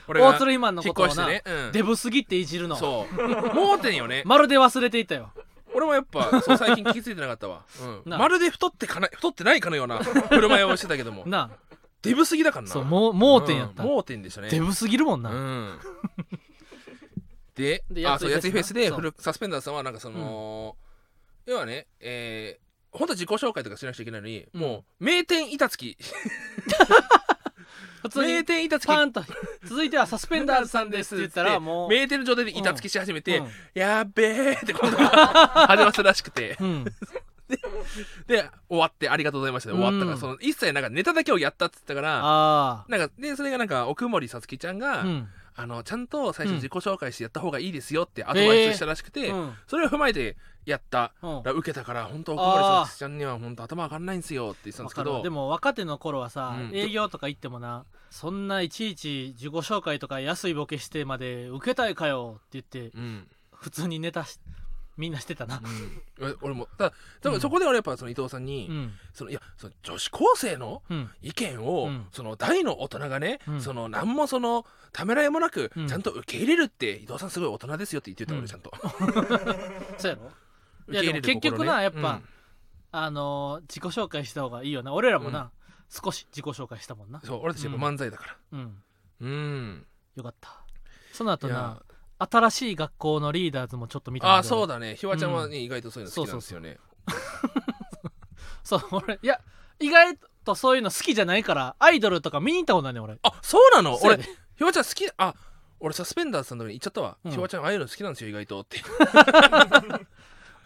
俺が
大鶴肥満の
引
こ
っ
とを
越して
な、
ね、うん、
デブすぎっていじるの
そう盲点よね
まるで忘れていたよ
俺もやっぱそう最近気づいてなかったわ、うん、
な
まるで太ってかな太ってないかのような振る舞いをしてたけども
なあ
デブすぎだからな
そうもう盲点やった、
うん盲点でしたね
デブすぎるもん
う
な、
ん、で
で
あそう
や
や
つ
つ
い
い
フ
フ
ェ
ェ
ス
ス
な
で
そう
フルサスペンダーズさんはなんかその、要はねえー、本当は自己紹介とかしなくちゃいけないのに、
うん
もう名店板付き
普通
名
に
店板つき
パンと続いてはサスペンダーズさんですって言ったらもう、
名店の状態で板つきし始めて、
うん
やっべえってこと が始まったらしくて
うん、
で終わってありがとうございましたで終わったから、
うん
その一切なんかネタだけをやったっつったから
あ
なんかでそれがなんか奥森さつきちゃんが、
あうん
あのちゃんと最初自己紹介してやった方がいいですよってアドバイスしたらしくて、
うん
それを踏まえてやった
うん
ら受けたから本当奥森さつきちゃんには本当頭上がんないんですよって言ってたん
わ
ですけ
かるわ
ど
でも若手の頃はさ、
うん
営業とか行ってもなそんないちいち自己紹介とか安いボケしてまで受けたいかよって言って
うん
普通にネタしみんなしてたな、
うん、俺もただ多分そこで俺やっぱその伊藤さんに、
うん
そのいやその女子高生の
うん、
意見を、
うん
その大の大人がね、
うん
その何もそのためらいもなく、
うん
ちゃんと受け入れるって伊藤さんすごい大人ですよって言ってた、
うん
俺ちゃんと
そうや
受け
ろ
入れる心ね
いやでも結局なやっぱ
うん
あのー自己紹介した方がいいよな俺らもな、少し自己紹介したもんな
そう俺たちやっぱ漫才だから
うん
うん、
よかったその後
い
な
や
新しい学校のリーダーズもちょっと見たん
ああ
けど
そうだねひわちゃんはね、意外とそういうの好きなんですよね
そう俺いや意外とそういうの好きじゃないからアイドルとか見に行ったことないねん俺
あそうなの
そう
俺
やで
ひわちゃん好きあ俺サスペンダーズさんの時に言っちゃったわ、
うん
ひわちゃんああいうの好きなんですよ意外 とって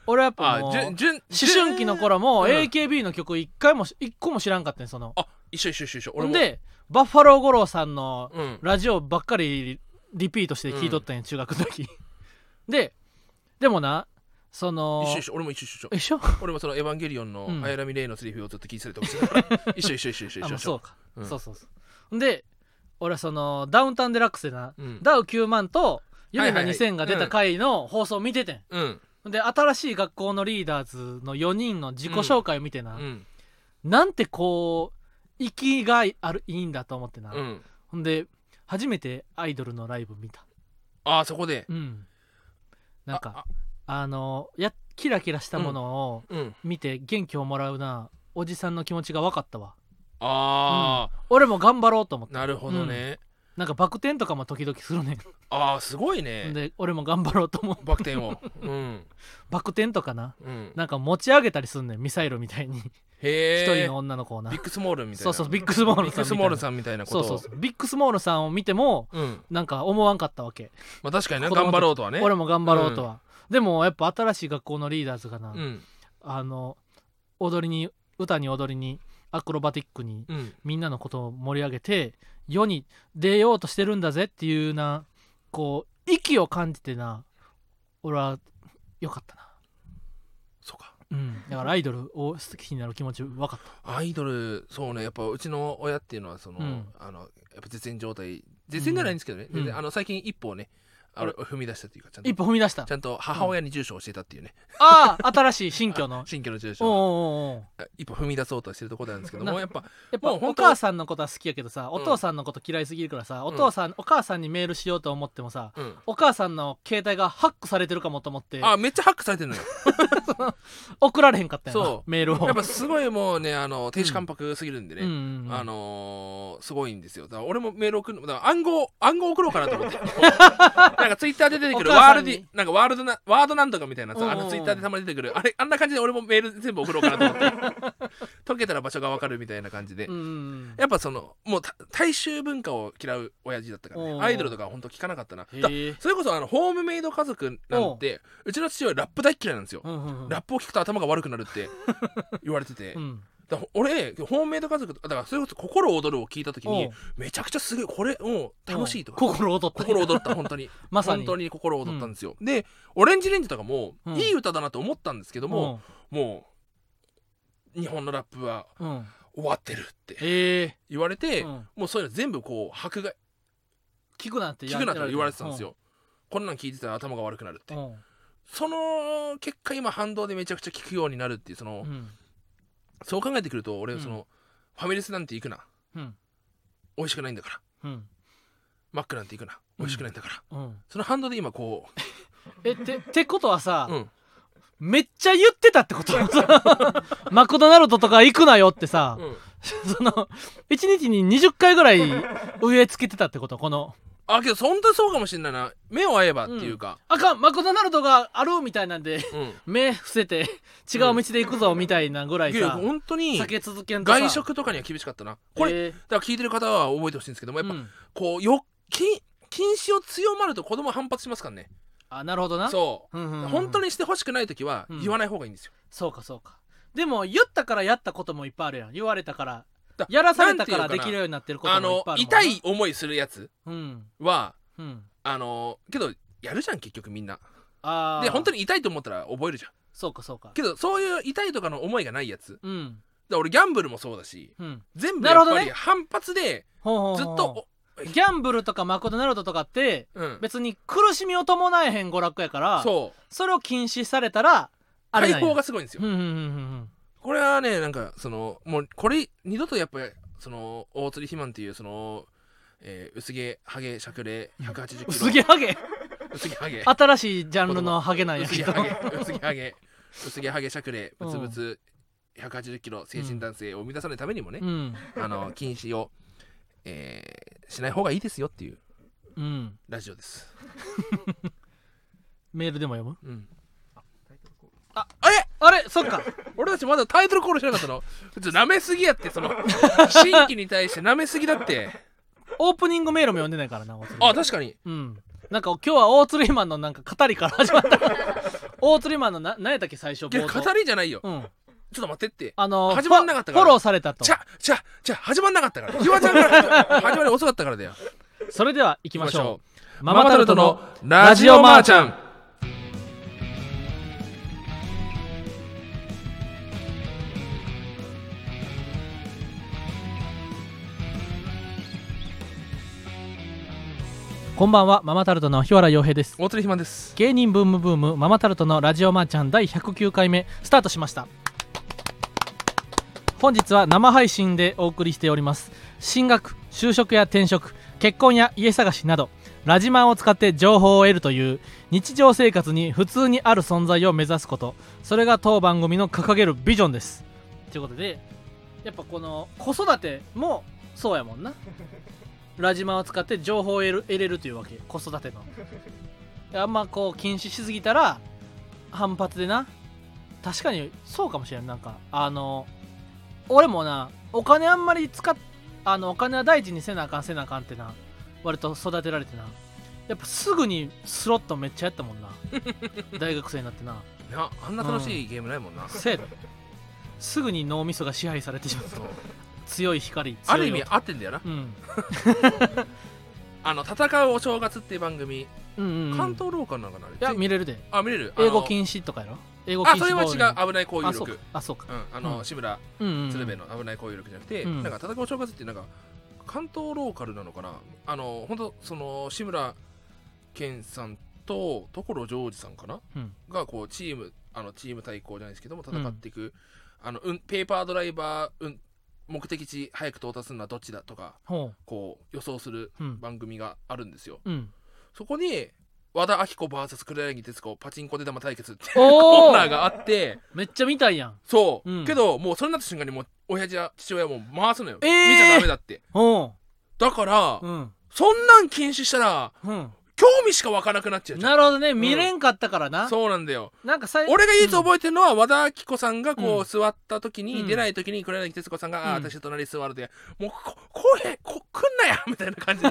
俺はやっぱ
あ
もう
じゅん
思
じゅん
春期の頃も
うん
AKB の曲一回もし一個も知らんかったねんその
あ一緒一緒一緒一緒俺
ほん
も
でバッファロー五郎さんの
うん
ラジオばっかりリピートして聞いとったんや、中学の時 ででもなその
一緒一緒俺も一緒一 緒一緒
一緒
俺もそのエヴァンゲリオンの
うん
綾波レイのセリフをずっと聞いてたりとかしてたから 一緒一緒一緒一緒一
あ
緒
まあそうか、
うん
そうそうそうほんで俺はそのダウンタウンデラックスでな、
うん
ダウ9万とユミナ
はいはいはい
2000が出た回の放送見ててん、
うん
ほんで新しい学校のリーダーズの4人の自己紹介を見てな、
うん
なんてこう息があるいいんだと思ってな、
うん
ほんで初めてアイドルのライブ見た
ああそこで
うんなんかあのやキラキラしたものを
あうん
見て元気をもらうなおじさんの気持ちが分かったわ
ああ
俺も頑張ろうと思った
なるほどね
なんかバク転とかも時々するね
ああすごい
ん
ね
で俺も頑張ろうと思う
バク転をうん
バク転とかな
うん
なんか持ち上げたりすんねんミサイルみたいに一
へ
人
え
の女の子をな
ビッグスモールみたいな
そうそうビッグスモール
ビッ
さん
グス
みたいな
モールさんみたいなこ
そう
と
そうそうビッグスモールさんを見ても
うん
なんか思わんかったわけ
まあ確かにね
子供
頑張ろうとはね
俺も頑張ろうとは、でもやっぱ新しい学校のリーダーズがな、
うん
あの踊りに歌に踊りにアクロバティックに
うん
みんなのことを盛り上げて世に出ようとしてるんだぜっていうなこう息を感じてな俺はよかったな、
そうか
うん、だからアイドルを好きになる気持ち分かった
アイドルそうねやっぱうちの親っていうのはその、
うん
あのやっぱ絶縁状態絶縁じゃないんですけどね、
うん
全然あの最近一歩をねあの
あ
踏み出したというかちゃんと
一歩踏み出した
ちゃんと母親に住所を教えたっていうね、
ああ新しい新 居の
新居の住
おう
所を
おうおうおう
一歩踏み出そうとしてるところなんですけど
な
もうやっぱ
やっぱ
もう
お
本当
母さんのことは好きやけどさ、
ん
お父さんのこと嫌いすぎるからさお父さん、お母さんにメールしようと思ってもさ
うん
お母さんの携帯がハックされてるかもと思って
あめっちゃハックされてるのよ
送られへんかったよな
そう
メールを
やっぱすごいもうねあの亭主関白すぎるんでね、
うんうんうん
あのーすごいんですよだから俺もメール送るのだから暗号暗号送ろうかなと 思ってなんかツイッターで出てくる
お
ワ
母
ー
さ
ル
ん
ド
に
なんかワールドなワードなんとかみたいなやつ
うんうん
あのツイッターでたまに出てくるあれあんな感じで俺もメール全部送ろうかなと思って 解けたら場所がわかるみたいな感じで、
うんうん
やっぱそのもうた大衆文化を嫌う親父だったから
おうお
ね
う
アイドルとかは本当聞かなかったな
へ
だ
え
それこそあのホームメイド家族なんてうちの父親ラップ大っ嫌いなんですよ、
うんうんうん
ラップを聞くと頭が悪くなるって言われて て、
うん
だから俺ホームメイド家族だからそれこそ「心躍る」を聞いた時
お
に
う
めちゃくちゃすげえこれもう楽しいとか
心躍った
心躍った本当に
まさに
本当に心躍ったんですよ、で「オレンジレンジ」とかも
うん
いい歌だなと思ったんですけども、もう日本のラップは
うんうん
終わってるって
へえ
言われて、
うん
もうそういうの全部こう迫害
聞くなって
聞くなって言われてたんですよ、こんなん聞いてたら頭が悪くなるって、
うん
その結果今反動でめちゃくちゃ聞くようになるっていうその、
うん
そう考えてくると俺
うん
その、ファミレスなんて行くな
うん
美味しくないんだから
うん
マックなんて行くな美味しくないんだから、
うん
その反動で今こ
えって ってことはさ
う、うん、
めっちゃ言ってたってこと マクドナルドとか行くなよってさ、
うん
その1日に20回ぐらい植え付けてたってことこの
あけどそんなそうかもしんないな目を合えばっていうか、
あかんマクドナルドがあるみたいなんで
うん
目伏せて違う道で行くぞみたいなぐらい
いや
さ、
本当に
避け続けんとさ
外食とかには厳しかったなこれ、
え
だから聞いてる方は覚えてほしいんですけども
ー
やっぱ、
うん
こうよ禁禁止を強まると子供は反発しますからね
あなるほどな、
そう
んうんうん
本当にしてほしくない時は
うん
言わない方がいいんですよ、
そうかそうかでも言ったからやったこともいっぱいあるやん言われたから
だ
やらされたから
なんていう
で
かな
きるようになってることも
あ
いっ
の
ぱいあるもんな
痛い思いするやつ
うん
は
うん
あのけどやるじゃん結局みんな
あ
で本当
に
に痛いと思ったら覚えるじゃん
そうかそうか
けどそういう痛いとかの思いがないやつだか
うん
ら俺ギャンブルもそうだし
うん
全部
な
や
る
っ
ほど
ぱ
ね
り反発で
ほうほうほ
ずっ
う
と、
ギャンブルとかマクドナルドとかって
おうん、
別に苦しみを伴えへん娯楽やから
そう
それを禁止されたらあれ
解
なんや
放がすごいんですよ
うんうんうんうん
これはねなんかそのもうこれ二度とやっぱりその大釣り肥満っていうその、えー薄毛ハゲしゃくれ180キロ
うんすげえハゲ
薄毛ハゲ
新しいジャンルのハゲなんや
薄
け
毛
ど
ハゲ薄毛ハゲ薄毛ハゲしゃくれブツブツ180キロ成人男性を生み出さないためにもね
う、ん
あの禁止を、えーしない方がいいですよっていう
うん
ラジオです、
メールでも読む
うん、
あれそっか
俺たちまだタイトルコールしてなかったの普通舐めすぎやってその新規に対して舐めすぎだって
オープニングメールも読んでないからな
あ確かに
うんなんか今日は大鶴マンのなんか語りから始まった 大鶴マンのな何やったっけ最初
いや
冒頭
語りじゃないよ
うん
ちょっと待ってって
あの
始まんなかった
フ
か
ォ
ら
ローされたと
じゃじゃじゃ始まんなかったからひわちゃんから始まり遅かったからだよ
それでは行き
行
ましょう
う
ママタルトの
ラジオマーちゃん
こんばんはママタルトの日原洋平です
大鳥ひまんです
芸人ブームブームママタルトのラジオマーちゃん第109回目スタートしました本日は生配信でお送りしております進学就職や転職結婚や家探しなどラジマンを使って情報を得るという日常生活に普通にある存在を目指すことそれが当番組の掲げるビジョンですということでやっぱこの子育てもそうやもんなラジマンを使って情報を得る得れるというわけ子育てのあんまこう禁止しすぎたら反発でな確かにそうかもしれんなんかあの俺もなお金あんまり使っあのお金は大事にせなあかんせなあかんってな割と育てられてなやっぱすぐにスロットめっちゃやった もんな大学生になってな
なあんな楽しいゲームないもんな、
せやですぐに脳みそが支配されてしまう
そう
強い光強
あ
い
る意味
音
合ってんだよな
うん
あの戦うお正月っていう番組、
うんうんうん
関東廊下なんかなあれ
いや見れるで
あ見れる
英語
止
禁止とかやろ英語禁
あ
止
それは違
ボール
う危ない交
あ
遊
そう
力
かあそうか
うんあの、
うん
志村
うんうんうん
鶴瓶の危ない交遊力じゃなくて、
うん
なんか戦う正月ってなんか関東ローカルなのかなあの本当その志村けんさんと所ジョージさんかな、
うん
がこうチームあのチーム対抗じゃないですけども戦っていく、あのうんペーパードライバー、うん、目的地早く到達するのはどっちだとか
ほ
こう予想する
ううん
番組があるんですよ
うん、そ
そこに和田アキ子 VS 黒柳徹子パチンコ出玉対決っていうコ
お
ーナー
ー
があって
めっちゃ見たいやん
そう、
うん
けどもうそれになった瞬間にもう親父や父親はもう回すのよ、
えー
見ちゃダメだって
お
だから、
ううん
そんなん禁止したら
うん
興味しか湧かなくなっちゃうじゃん
なるほどね
ん
見れんかったからな、
そうなんだよ
なんか最
俺が唯一
え、
覚えてるのは和田アキ子さんが
う
こ
ん
う座った時に、
うん
出ない時に黒柳徹子さんが「ああ
うん
私隣座るで」もうこ「これこ来んなや」 みたいな感じで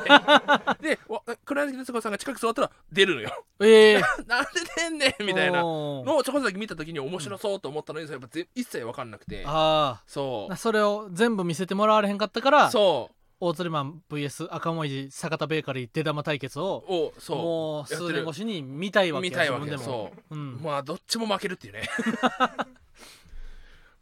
でわ黒柳徹子さんが近く座ったら出るのよ
うんえ
なんで出んねん
ー、
みたいな
の
のをちょこっとだけ見た時に面白そうと思ったのにそれやっぱぜ一切分かんなくて
あ
そ
ーなそれを全部見せてもらわれへんかったから
うそ
大鶴マン VS 赤もみじ坂田ベーカリー出玉対決
う
を
おそ
もう
やって
数
る
年越しに見たいうわけ
見
や
たいわけ
自分でも
そう
う、ん、
まあどっちも負けるっていうね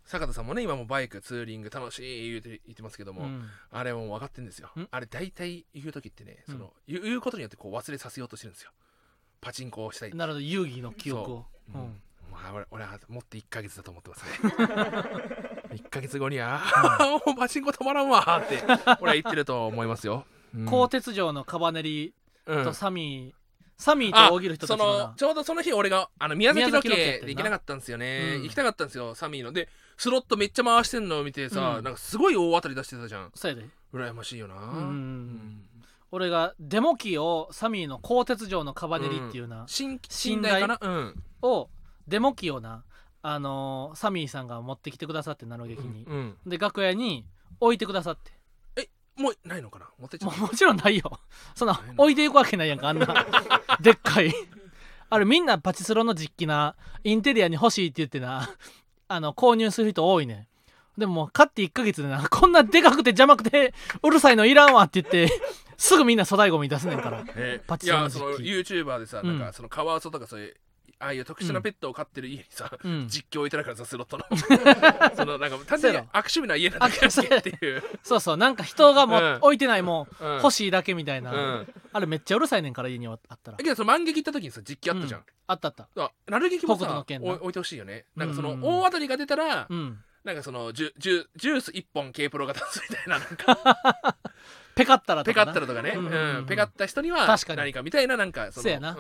坂田さんもね今もバイクツーリング楽しい言うて言ってますけども、
うん
あれもう分かってんですよ
ん
あれ大体言う時ってね
うん
その、言う言うことによってこう忘れさせようとしてるんですよパチンコをしたい、
なるほど遊戯の記憶を
う
うんん
まあ、俺俺はもっと1ヶ月だと思ってますね1ヶ月後にはあーもうパチンコ止まらんわーって俺は言ってると思いますよ、うん
鋼鉄城のカバネリ
うん
とサミー、サミーと大喜利の人た
そ
ちの
の
な
ちょうどその日俺があの宮崎ロケ
宮崎ロケやってんな
行けなかったんですよね、
うん
行きたかったんですよサミーのでスロットめっちゃ回してんのを見てさ、
うん
なんかすごい大当たり出してたじゃん
そうやで
羨ましいよな、
うんうんうん
うん
俺がデモ機をサミーの鋼鉄城のカバネリっていうな、
新新代かなうん
をデモ機をなあのーサミーさんが持ってきてくださってなる劇に、
うん
で楽屋に置いてくださって
もうないのかな持ってっちゃ
も
っ
もちろんな いよそんな
ないの
置いていくわけないやんかあ んなでっかいあれみんなパチスロの実機なインテリアに欲しいって言ってなあの購入する人多いねんでももう買って1ヶ月でなこんなでかくて邪魔くてうるさいのいらんわって言ってすぐみんな粗大ゴミ出すねんから
たえ
パチ
い
スロ
や
の
そ
時期
の YouTuber でさ
う
なんんかそのカワウソとかそういうああいう特殊なペットを飼ってる家にさ
うん
実況置いてないからさスロッ トのそのなんか単純に
そうやろ
悪趣味な家なんだけどっていう
そうそうなんか人がもう、
うん
置いてないもん欲
しい
しいだけみたいな、
うん
あれめっちゃうるさいねんから家にあった
だ
ら
けどその万劇行った時にさ実況あったじゃん
うあったあった
だからなる劇も
北斗
さ
の拳
お
な
置いてほしいよねなんかそ
うん
の
うんうん
大当たりが出たら
うん
なんかそのジュジュジュース1本 K プロが立つみたいななんか
ペカったら
ペ
と
カ
か
った
な
らとかね、
う
うんん
うんうん
ペカった人には
確かに
何かみたいななんかその
そうやな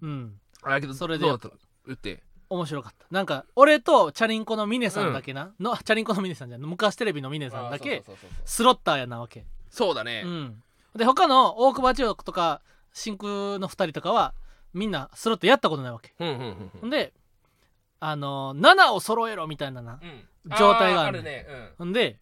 うん
うん
あけど
それで
どうだった打って
面白かったなんか俺とチャリンコのミネさんだけな、のチャリンコのミネさんじゃん昔テレビのミネさんだ
あー
け
そうそうそうそう
スロッターやなわけ、
そうだね、
うんで他の大久保千代子とか真空の2人とかはみんなスロットやったことないわけ
うんうんうん
ほんであの7を揃えろみたいなな
うん
状態があ
あ
る
るね、うん
ほんで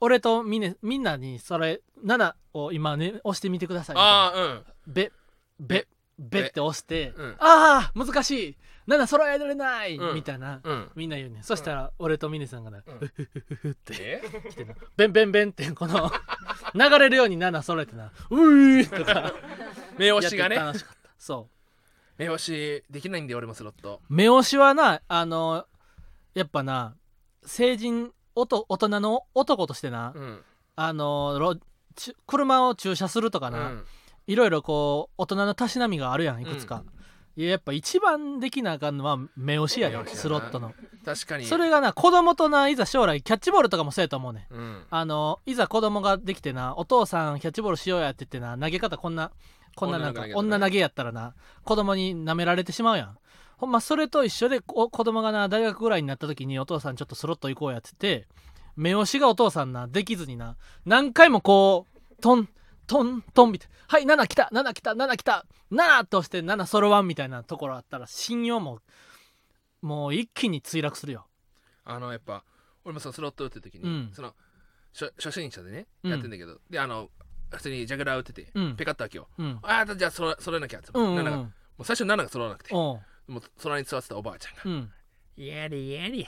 俺とミネみんなにそれ7を今ね押してみてくださいみたいな
あー
べべべって押して、
うん
ああ難しいなんだ揃えられない、
うん
みたいな、
うん うん
みんな言うねんそしたら俺とミネさんがな、
で
来てなベンベンベンってこの 流れるように7揃えてなうーとか
目
や
押
っ
してがね
楽しかったそ
目押しできないんで俺もスロット
う目押しはなあのやっぱな成人おと大人の男としてな、
うん
あのろち車を駐車するとかな、
うん
いろいろこう大人のたしなみがあるやんいくつか、いややっぱ一番できなあかんのは目押しや
目
ね
押しやな
スロットの
確かに
それがな子供とないざ将来キャッチボールとかもそうやと思うねん
うん
あのいざ子供ができてなお父さんキャッチボールしようやって言ってな投げ方こんなこんななんか女
女
投
投
げやったらな子供に舐められてしまうやんほんまそれと一緒でこ子供がな大学ぐらいになった時にお父さんちょっとスロット行こうやって言って目押しがお父さんなできずにな何回もこうトントントンみたいな「はい7来た7来た7来た7」として7ソロワンみたいなところあったら信用ももう一気に墜落するよ
あのやっぱ俺もさスロット打ってる時に、
うん
その初初心者でね
うん
やってんだけど、であの普通にジャグラー打ってて、
うん
ペカッと開けよう
うん
ああじゃあ揃え揃えなきゃって、
うんうんう
なんかも
ん
う最初7が揃わなくて
おう
もう空に座ってたおばあちゃんが
うん
「やりやり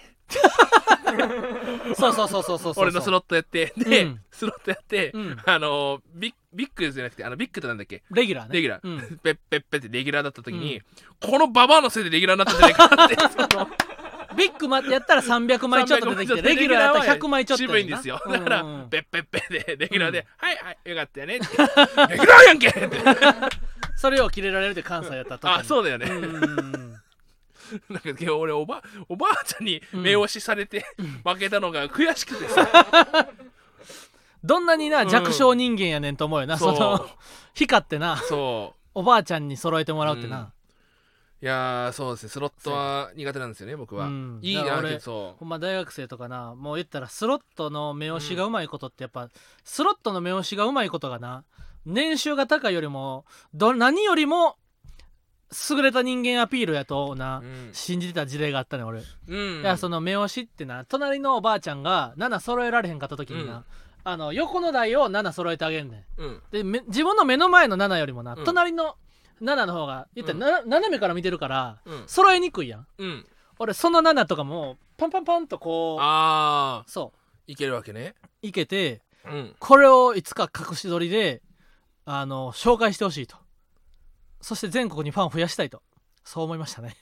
そうそうそうそうそうそう
俺のスロットやってで、
うん
スロットやって、
うん
あのービッビッグじゃなくてあのビッグってなんだっけ
レギュラーね
レギュラー
うん
ペッペッペってレギュラーだった時に、このババアのせいでレギュラーになったんじゃないかなって
ビッグマやったら300枚ちょっと出てきてレギュラーやったら100枚ちょっとや
渋
ない
んですよだから、
うんうん
ペッペッペでレギュラーで「
うん
はいはいよかったよね」って「レギュラーやんけ!」って
それを切れられるって関西やったら特に
あそうだよね、
うんうん
なんか今日俺おばおばあちゃんに
うん
目押しされて、負けたのが悔しくて さ
どんなにな弱小人間やねんと思うよな、
そ
そうの光ってな
そう
おばあちゃんに揃えてもらうってな、
いやーそうですねスロットは苦手なんですよね僕は、
うん
いい
だから
な
俺
けどそ
ほんま大学生とかなもう言ったらスロットの目押しがうまいことってやっぱ、スロットの目押しがうまいことがな年収が高いよりもど何よりも優れた人間アピールやとな、
う、うん
信じてた事例があったね俺
うん
いやその目押しってな隣のおばあちゃんが7揃えられへんかった時にな、
うん
あの横の台を7揃えてあげんねん
うん
でめ自分の目の前の7よりもな、
うん
隣の7の方が言ったら、な斜めから見てるから
うん
揃えにくいやん
うん
俺その7とかもパンパンパンとこ
あ
うそ
ーいけるわけね
ういけて
うん
これをいつか隠し撮りであの紹介してほしいとそして全国にファンを増やしたいとそう思いましたね、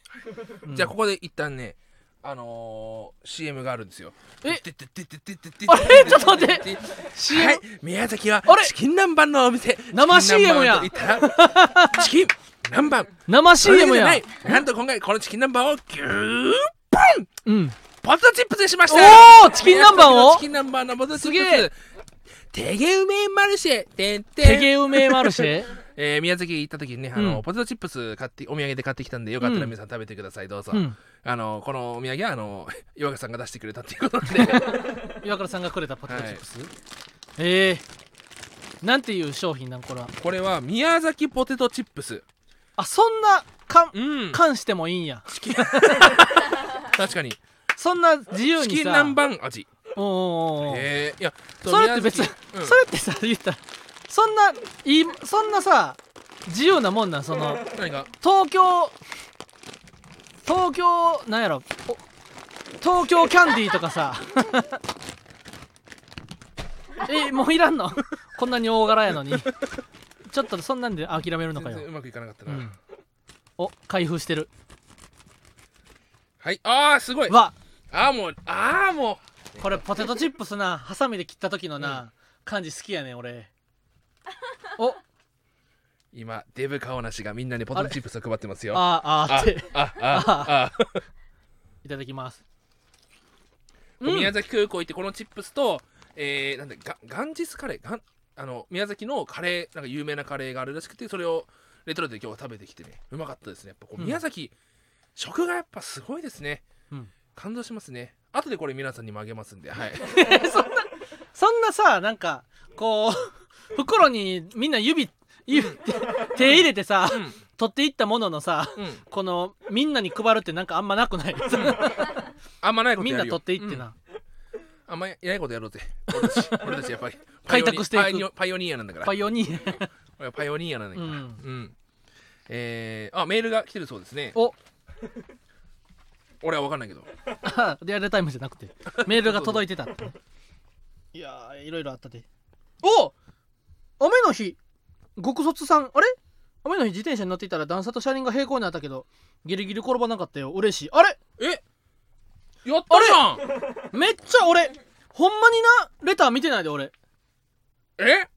じゃあこ
こ
こで一旦ねあのー、CM があるんですよ
え
てってってってってってって
あれちょっと待って
て
CM
はい宮崎は
あれ
チキン南蛮のお店
生 CM や
チキン南蛮と言ったらチキン南蛮
生
それだけ
CM
じゃ
や
ないなんと今回このチキン南蛮をぎゅー
うん
ポテトチップスにしました
おーチキン南蛮を
チキン南蛮のポテトチップス
すげえ
手芸うめえマルシェてんて
手
ん
芸うめえマルシェ
えー宮崎行った時にねあの、
うん
ポテトチップス買ってお土産で買ってきたんでよかった
う
ら
ん
皆さん食べてくださいどうぞ、
うん
あのこのお土産はあの 岩倉さんが出してくれたっていうことなんで
岩倉さんがくれたポテト
は
チ
い
ップス、ええなんていう商品なんこれは
これは宮崎ポテトチップス
あそんなかん
うん
関してもいいんや
確かに
そんな自由
チ
にさ
キン南蛮味
おうおうおう
へえいや
それって別に
宮崎うん
それってさ言ったらそんないいそんなさ自由なもんなんその
何か
東京東京なんやろお東京キャンディーとかさ えもういらんのこんなに大柄やのにちょっとそんなんで諦めるのか
全
よ
然、うまくいかなかった
う
な、
ん、お開封してる
はいああすごい
わ
ああもうああも
これポテトチップスなハサミで切った時のな、感じ好きやね ん俺お
う今デブ顔なしがみんなにポテトチップスを配ってますよ
ああああって
あああ
いただきます
こう
うん
宮崎空港行ってこのチップスと、えーなんだガガンジスカレーガンあの宮崎のカレーなんか有名なカレーがあるらしくてそれをレトロで今日は食べてきてねうまかったですねやっぱこう
うん
宮崎、食がやっぱすごいですね、
うん
感動しますね後でこれ皆さんにもあげますんではい
そんなさなんかこう 袋にみんな指指手入れてさ、
うん
取っていったもののさ
うん
このみんなに配るってなんかあんまなくない
あんまないこと
みん
や
な
るよ
取っていってな、
うんあんまやないことやろうぜ俺 たち俺たちやっぱり
開拓していく
パイオニアパイオニアなんだから
パイオニー
俺はパイオニアなんだから
う
うんん、えー、あメールが来てるそうですね
お
俺は分かんないけど
あリアルタイムじゃなくてメールが届いてたってねいやーいろいろあったでお雨の日極卒さんあれ雨の日自転車に乗っていたら段差と車輪が平行になったけどギリギリ転ばなかったよ嬉しいあれ
えやったじゃん
めっちゃ俺ほんまになレター見てないで俺
え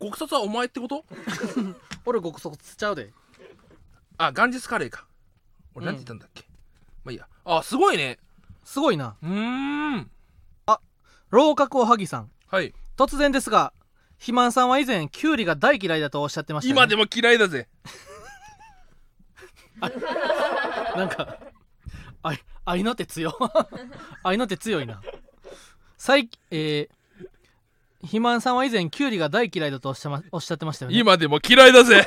極殺はお前ってこと
俺極卒ちゃうで
あ元日カレーか俺
うん
何て言ったんだっけ、まあいいやあすごいね
すごいな
うーん
老角おはぎさん
はい
突然ですが肥満さんは以前キュウリが大嫌いだとおっしゃってました、ね、
今でも嫌いだぜ
なんかあい愛の手強 愛の手強いな最近えー肥満さんは以前キュウリが大嫌いだとおっしゃ,、ま、おっしゃってましたよね
今でも嫌いだぜ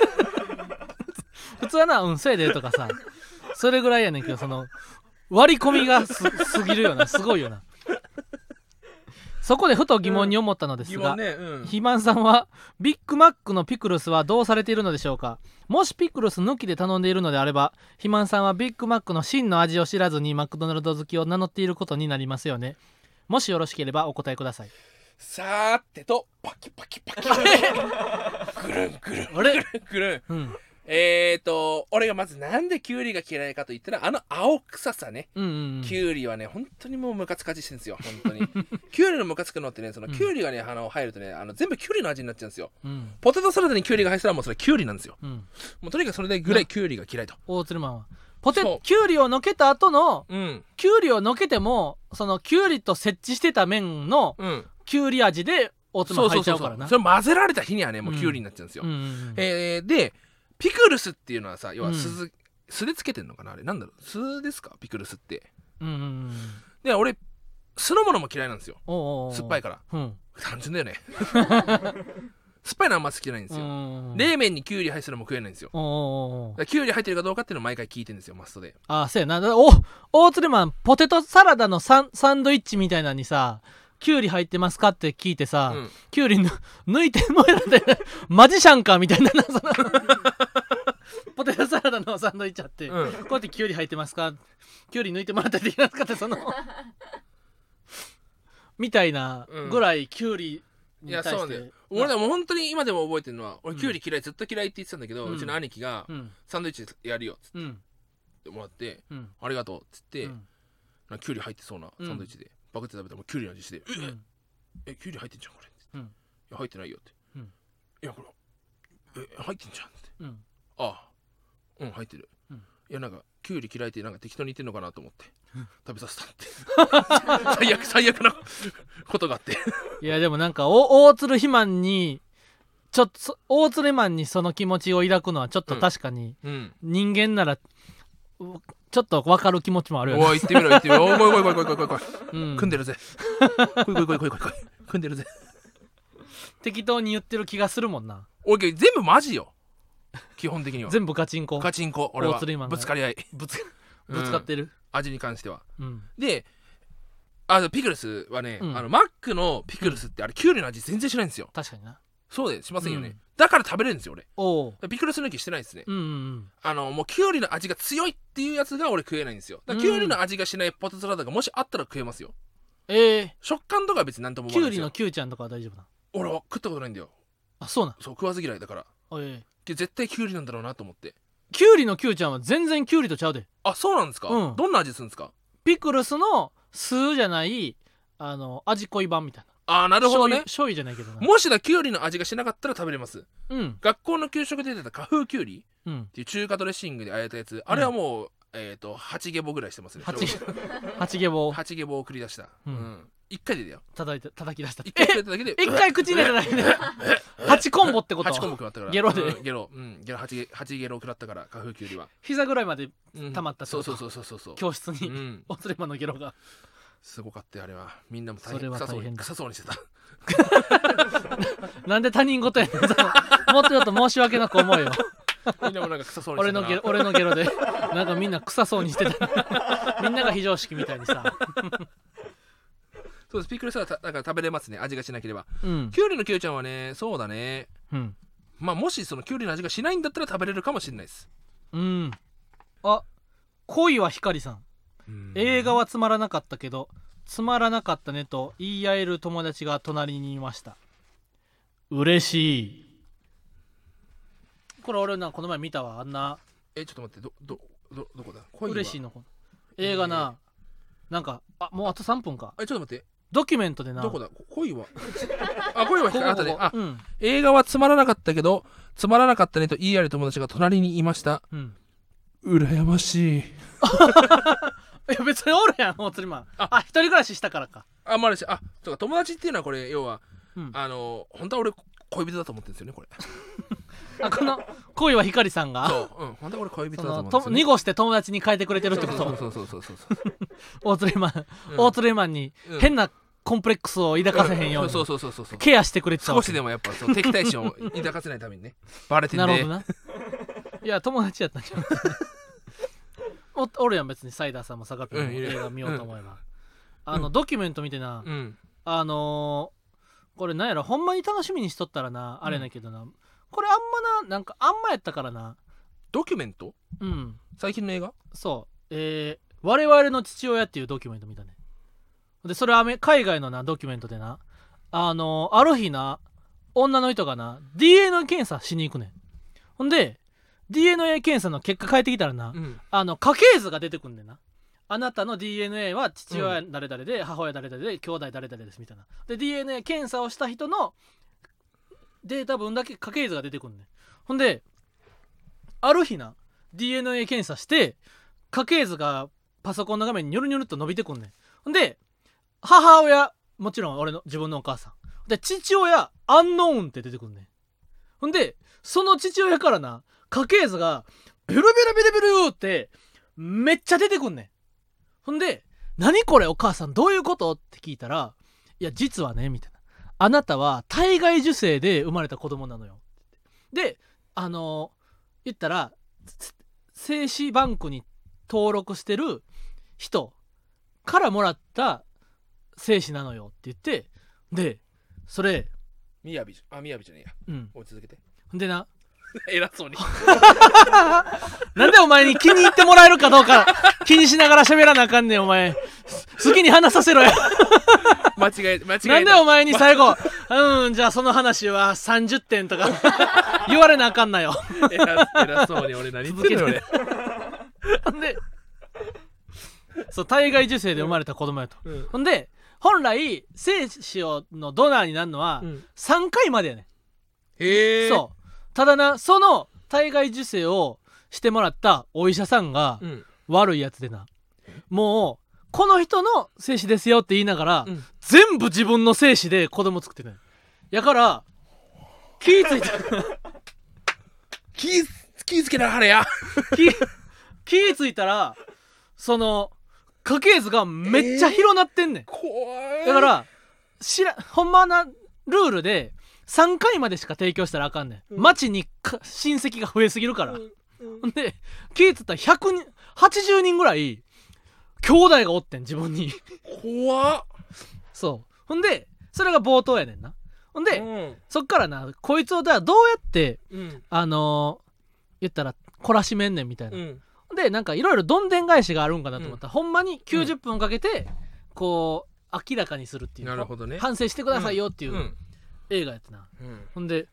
普通はなうんせいでとかさそれぐらいやねんけどその割り込みがすすぎるよなすごいよなそこでふと疑問に思ったのです
疑
が、
問ねうん
肥満さんはビッグマックのピクルスはどうされているのでしょうかもしピクルス抜きで頼んでいるのであれば肥満さんはビッグマックの真の味を知らずにマクドナルド好きを名乗っていることになりますよねもしよろしければお答えください
さーてとパキパキパキぐるんぐるん
あれ
ぐるん
うん
えーと俺がまずなんでキュウリが嫌いかと言ったらあの青臭さね
うんうん
キュウリはね本当にもうムカつかじしてるんですよ本当に キュウリのムカつくのってねその
うん
キュウリがねあの入るとねあの全部キュウリの味になっちゃうんですよ
うん
ポテトサラダにキュウリが入ったらもうそれキュウリなんですよ
うん
もうとにかくそれでぐらいキュウリが嫌いと
大鶴マンはポテ
そう
キュウリをのけた後の
うん
キュウリをのけてもそのキュウリと設置してた麺の
うん
キュウリ味で大鶴マン入っちゃうからな
それ混ぜられた日にはねもううんキュウリになっちゃうんですよ、
うんうんうん
えーでピクルスっていうのはさ要
う
は
ん
酢,、酢でつけてんのかなあれなんだろう酢ですかピクルスって
うんうんうん
で俺酢の物も嫌いなんですよ
おうおうおう
酸っぱいから
うん
単純だ よね酸っぱいのはあんま好きじゃないんですよ、
うん
冷麺にキュウリ入ってるのも食えないんですよ
おうおうおう
だからキュウリ入ってるかどうかっていうのを毎回聞いてるんですよマストで
ああ、そうやな。だお、大鶴マン、ポテトサラダのサンサンドイッチみたいなのにさ、キュウリ入ってますかって聞いてさ、
うん
キュウリぬ 抜いてもらって、マジシャンかみたいなな、そ のポテトサラダのサンドイッチあって、
うん
こうやってキュウリ入ってますかキュウリ抜いてもらってできますかって、その、 みたいなぐらいキュウリ
い
に
や
対
そ
して。
うなんだよ俺でも本当に今でも覚えてるのは俺キュウリ嫌いずっと嫌いって言ってたんだけど、
う
うんちの兄貴が
うん、
サンドイッチやるよっつっ
うん、
てもらって
うん。
ありがとうっつって、
うん
なんかキュウリ入ってそうなサンドイッチで、バクって食べたらもうキュウリの味して「
うん
ええキュウリ入ってんじゃんこれ」っつって
うん
いや入ってないよ」って「
うん
いやこれえ入ってんじゃん」っつって
うん
「ああうん入ってる」
うん
いやなんかキュウリ嫌いってなんか適当に言ってんのかなと思って食べさせたっ て最悪最悪なことがあって
いやでもなんかお大鶴肥満にちょっとそ大鶴肥満にその気持ちを抱くのはちょっと確かに
うん
人間ならうちょっと分かる気持ちもあるよね、
おい行ってみろ行ってみろおいおいおいおいおいおいおいおい
うん、
組んでるぜ来い来い来い来い来い来い組んでるぜ
適当に言ってる気がするもんな
俺全部マジよ基本的には
全部ガチンコ
カチンコ俺
大
は
釣りマンが
ぶつかり合い
ぶつ
うん
ぶつかってる
味に関しては
うん
であのピクルスはね、
うん
あのマックのピクルスってあれキュウリの味全然しないんですよ
確かにな
そうでしませんよね、
うん
だから食べれるんですよ俺
おお
ピクルス抜きしてないですね、
うんうん
あのもうキュウリの味が強いっていうやつが俺食えないんですよだからキュウリの味がしないポテトサラダがもしあったら食えますよ
ええ
食感とかは別に何とも思
キ
わ
ュ
ないで
ウリ
す
の
よ
キュウちゃんとかは大丈夫な
俺は食ったことないんだよ
あそうなん
そう食わず嫌いだから
おいおい
で絶対キュウリなんだろうなと思って
キュウリのキュウちゃんは全然キュウリとちゃうで
あそうなんですか、
うん
どんな味するんですか
ピクルスの酢じゃないあの味濃い版みたいな
あーなるほどね
醤油醤油じゃないけどな
もしだキュウリの味がしなかったら食べれます
うん
学校の給食で出てた花風キュウリ
うん
っていう中華ドレッシングであえたやつあれはもう、えっ、と8ゲボぐらいしてますね
八 八ゲボを
八ゲボを繰り出した、
う
うんん1回でだよ
叩いて叩き出した
1回食えただけで
一回口に入れただ けで八コンボってこと
8個も食らったから
ゲロで
うんゲロうんゲロ 8, 八ゲロ食らったから花風キュウリは、
膝ぐらいまで
うん
溜まったって
そ
こ
う
と
そうそうそうそうそう
教室
う
に
ん、
オツレマンのゲロが
すごかったよあれはみんなも大
それ
変
は
臭そう
大変
に
だ
臭そうにしてた
なんで他人事やねんそのもっとちょっと申し訳な く思えよ
みんなもなんか臭そうにして
俺
た
の
な
ゲロ俺のゲロでなんかみんな臭そうにしてたみんなが非常識みたいにさ
そうですピクルスはただから食べれますね味がしなければ
うん
キュウリのキュウちゃんはねそうだね
うん
まあもしそのキュウリの味がしないんだったら食べれるかもしれないです、
うんあ恋は光さん映画はつまらなかったけどつまらなかったねと言い合える友達が隣にいました嬉しいこれ俺なこの前見たわあんな
えちょっと待ってどどどどこだ恋は
嬉しいのこの映画な、なんかあもうあと3分か
えちょっと待って
ドキュメントでな
どこだこ恋は あ恋は
こ
光
こ
あったね
ここ
あ
うん
映画はつまらなかったけどつまらなかったねと言い合える友達が隣にいました
うん
羨ましい
いや別におるやんお釣りマンあ一人暮らししたからか
あまあ、あれですあそうか友達っていうのはこれ要は、
うん
あの本当は俺恋人だと思ってるんですよね これ
あこの恋は光さん
そ
が
ううん本当は俺恋人
そ
だと思う
の
んです
と
よ、ね、
濁して友達に変えてくれてるってこと
そうそうそうそうそう
大鶴マン
うん
大鶴マンに
うん
変なコンプレックスを抱かせへんよう
そ
に
そうそうそうそう
ケアしてくれてた
少
わ
し
け
でもやっぱそう敵対心を抱かせないためにね バレてん
な
で
るほどないや友達やったんじゃん おおるやん別にサイダーさんもサガピー
うんい
も
る
映画見ようと思えば、あのドキュメント見てな、
うん
あのーこれなんやろほんまに楽しみにしとったらなあれだけどな、これあんまななんかあんまやったからな
ドキュメント
うん
最近の映画
そうえー我々の父親」っていうドキュメント見たねでそれはアメ海外のなドキュメントでなあのーある日な女の人がな DNA 検査しに行くねんほんで DNA 検査の結果返ってきたらな、
うん
あの家系図が出てくんねんなあなたの DNA は父親誰々で、母親誰々で兄弟誰々ですみたいなで DNA 検査をした人のデータ分だけ家系図が出てくんねんほんである日な DNA 検査して家系図がパソコンの画面にニョルニョルっと伸びてくんねんほんで母親もちろん俺の自分のお母さんで父親アンノーンって出てくんねんほんでその父親からな家系図がベルベルベルベルってめっちゃ出てくんねんほんで「何これお母さんどういうこと?」って聞いたら「いや実はね」みたいな「あなたは体外受精で生まれた子供なのよ」であの言ったらつ精子バンクに登録してる人からもらった精子なのよって言ってでそれ
みやびじゃあみやびじゃねえや
うん
おい続けて
ほんでな
偉そうに
なんでお前に気に入ってもらえるかどうか気にしながら喋らなあかんねんお前す好きに話さ せろよ
間違え間違えた
なんでお前に最後うんじゃあその話は30点とか 言われなあかんなよ
偉偉そうに俺何言ってんの俺
ほんでそう体外受精で生まれた子供やと、
うん
ほんで本来精子をのドナーになるのは
うん
3回までやねん
へえ
そうただなその体外受精をしてもらったお医者さんが
ん
悪いやつでなもうこの人の精子ですよって言いながら、
うん
全部自分の精子で子供作ってないやから気ぃついて
気ぃ気ぃつけなはれや
気気ぃついたらその家系図がめっちゃ広なってんねん、
怖い
だから知らほんまなルールで3回までしか提供したらあかんねん、
うん
町にか親戚が増えすぎるから、ほんで気ぃつったら100人80人ぐらい兄弟がおってん自分に
怖っ
そうほんでそれが冒頭やねんなほんで、
うん
そっからなこいつをだからどうやって
うん
あのー言ったら懲らしめんねんみたいな、
うん
でなんかいろいろどんでん返しがあるんかなと思ったら、ほんまに90分かけてこう明らかにするっていうか
なるほどね
反省してくださいよっていう映画やってな、
うん
ほんで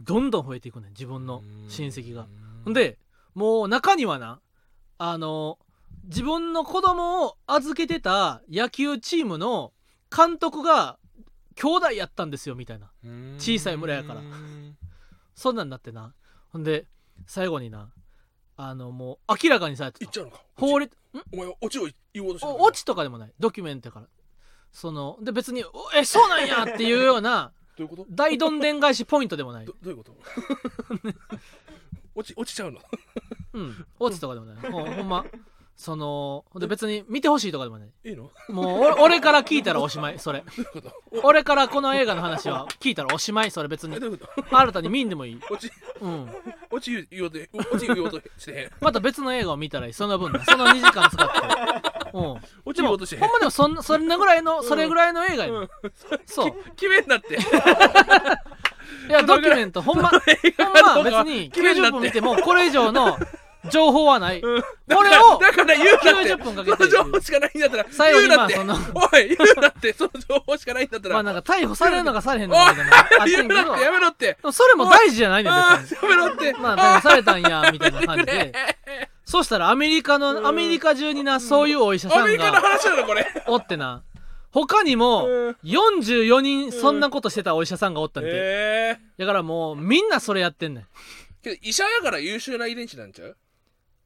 どんどん増えていくねん自分の親戚が、ほん
で
でもう中にはなあの自分の子供を預けてた野球チームの監督が兄弟やったんですよみたいな小さい村やからそんなんなってなほんで最後になあのもう明らかにされて
いったちゃうのか
法律ん
お前はオチを言おうとしてる
おオチとかでもないドキュメントやからそので別にお「えそうなんや!」っていうような
どういうこと
大どんでん返しポイントでもない
どどういうこと 落ち落ちちゃうの
うんオチとかでもないほほんまそので別に見てほしいとかでもない
いいの
もうお俺から聞いたらおしまいそれ
どういうこと
俺からこの映画の話は聞いたらおしまいそれ別
え
に
どういうこ
新たに見んでもいい
と落ち
うん
落ち言おうと落ち言おうとしてへん
また別の映画を見たらいいその分なその2時間使ってうん
落ち
で
言お
も
うとしてへ
ほ
ん
んまでもそんなそんなぐらいのそれぐらいの映画やねん
うん
そう
決めんなって
いや、ドキュメント、ほんま、ほんまは別に
綺麗になって
90分見ても、これ以上の情報はない。
うん
これを
だからだから言うなって
90分かけて
その情報しかないんだったら
最後
言
に
うな
ま
っ
あ、
て
その、
おい言うなってその情報しかないんだったら、
まあなんか逮捕されるのかされへんのかみたいなのがあって
言うん
けど、
なってやめろって
でもそれも大事じゃないねん、
あ
別
ーやめろって
に。まあ逮捕されたん や、みたいな感じで。そしたらアメリカの、アメリカ中にな、そういうお医者
ア
さ
メ
ん
リカの
が
話なのこれ
おってな、他にも
うん
44人そんなことしてたお医者さんがおったんで。
ええ
だからもうみんなそれやってんねん。
けど医者やから優秀な遺伝子なんちゃう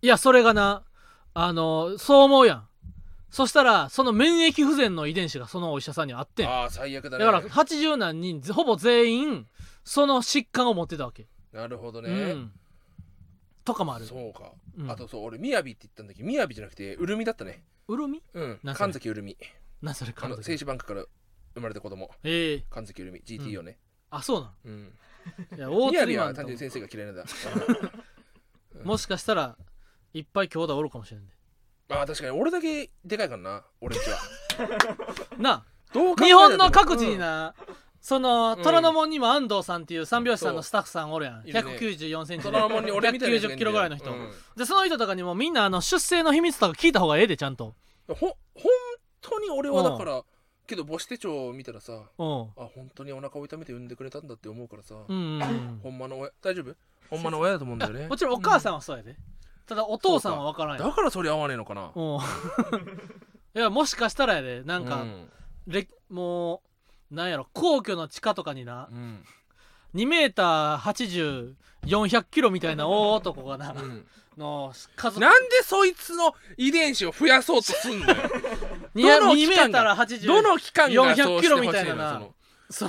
いや、それがな、あの、そう思うやん。そしたら、その免疫不全の遺伝子がそのお医者さんにあってん。だ
ああ最悪だね
から、80何人、ほぼ全員、その疾患を持ってたわけ。
なるほどね、
うん。とかもある。
そうか、
うん
あとそう俺みやびって言ったんだけどみやびじゃなくてうるみだったね
うるみ
うん
なんすか
神
ね
崎うるみ
な、それか
あの。精子バンクから生まれた子供
ええ
神崎うるみ GTO ね
あ、そうな
うん
の。い
みや
や、大
び
り
は
マン
単純に
と
先生が嫌いなんだ
もしかしたら、いっぱい兄弟おるかもしれんで。
ああ確かに俺だけでかいからな俺んちは
な
どう
あ、
考えた
日
って
本の各地にな、その、虎ノ門にも安藤さんっていう三拍子さんのスタッフさんおるやん。
いるね
194センチ
そ
で。
のもんに俺みたいなやつが
190キロぐらいの人。
うん
でその人とかにもみんなあの出生の秘密とか聞いた方がええでちゃんと
ほ本当に俺はだからけど母子手帳を見たらさ
うん
あ本当にお腹を痛めて産んでくれたんだって思うからさ、
うんうん
ほんまの親大丈夫ほんまの親だと思うんだよ
うん
ね
もちろんお母さんはそうやで、ただお父さんは分からん
だ
よ
からそれ合わねえのかな
うんいやもしかしたらやでなんか、
うん
れもうなんやろ皇居の地下とかにな
うん
2メーター8 0 4 0 0キロみたいな大男がな
うん
の家族
なんでそいつの遺伝子を増やそうとすん のよ
に2
どの期
メー
間
ター
が
8 0
どの期間がそうしてほしい
400キロみたいな
の
な
よ
そ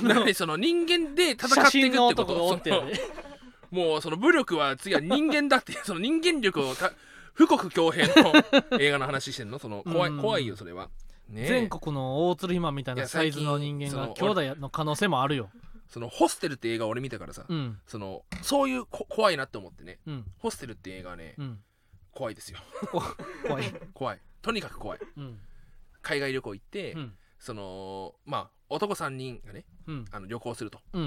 その
の
何その人間で戦
写
っていくっ
真
て
の
こ
男がお
と
ってや
そ
で
のもうその武力は次は人間だっていうその人間力をた富国強兵の映画の話してんのその怖い
うん
怖いよそれは、ねえ
全国の大鶴ひまみたい
い
な
や
サ
最
イズ
近
の人間
そ
が
の
兄弟の可能性もあるよ
そのホステルって映画俺見たからさ、
うん
そのそういうこ怖いなって思ってね
うん
ホステルって映画はね、
うん
怖いですよ
怖い
怖いとにかく怖い
うん
海外旅行行って、
うん
そのまあ男3人がね
うん
あの旅行すると
うん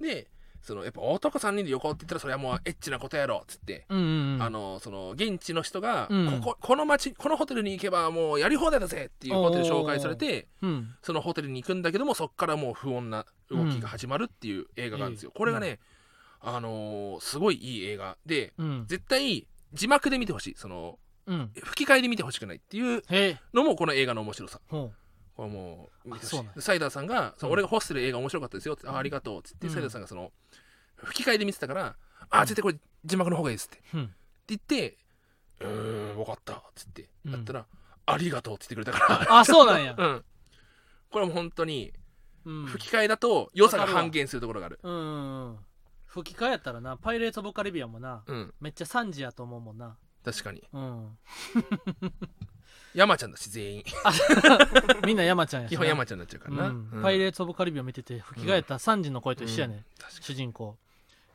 うん
でそのやっぱ男3人で旅行って言ったらそれはもうエッチなことやろっつって、
うんうん
あのその現地の人が、
うん
こここの町このホテルに行けばもうやり放題だぜっていうホテル紹介されて
うん
そのホテルに行くんだけどもそっからもう不穏な動きが始まるっていう映画なんですよ、これがね、あのーすごいいい映画で
うん
絶対字幕で見てほしいその
うん
吹き替えで見てほしくないっていう
へえ
のもこの映画の面白さ
ほ
これもう見てほし
あそう
い
なん
サイダーさんが「そう
うん
俺がホステル映画面白かったですよ」って「あありがとう」っつって、
うん
サイダーさんがその吹き替えで見てたから「ああ絶対これ字幕の方がいい」っつって。
ううん
って言って「うーん分かった」っつって
うん
やったら「ありがとう」っつってくれたか
あそうなんや
ら、うん、これはもう本当に
うん
吹き替えだと良さが半減するところがある、
うん吹き替えやったらなパイレーツ・オブ・カリビアンもな
うん、
めっちゃ惨事やと思うもんな
確かに
うん、
山ちゃんだし全員
みんな山ちゃんやし
基
な
本山ちゃんになっちゃうからな、
うん
うん
パイレーツ・オブ・カリビアン見てて吹き替えたサンジの声と一緒やね、ん
確か
主人公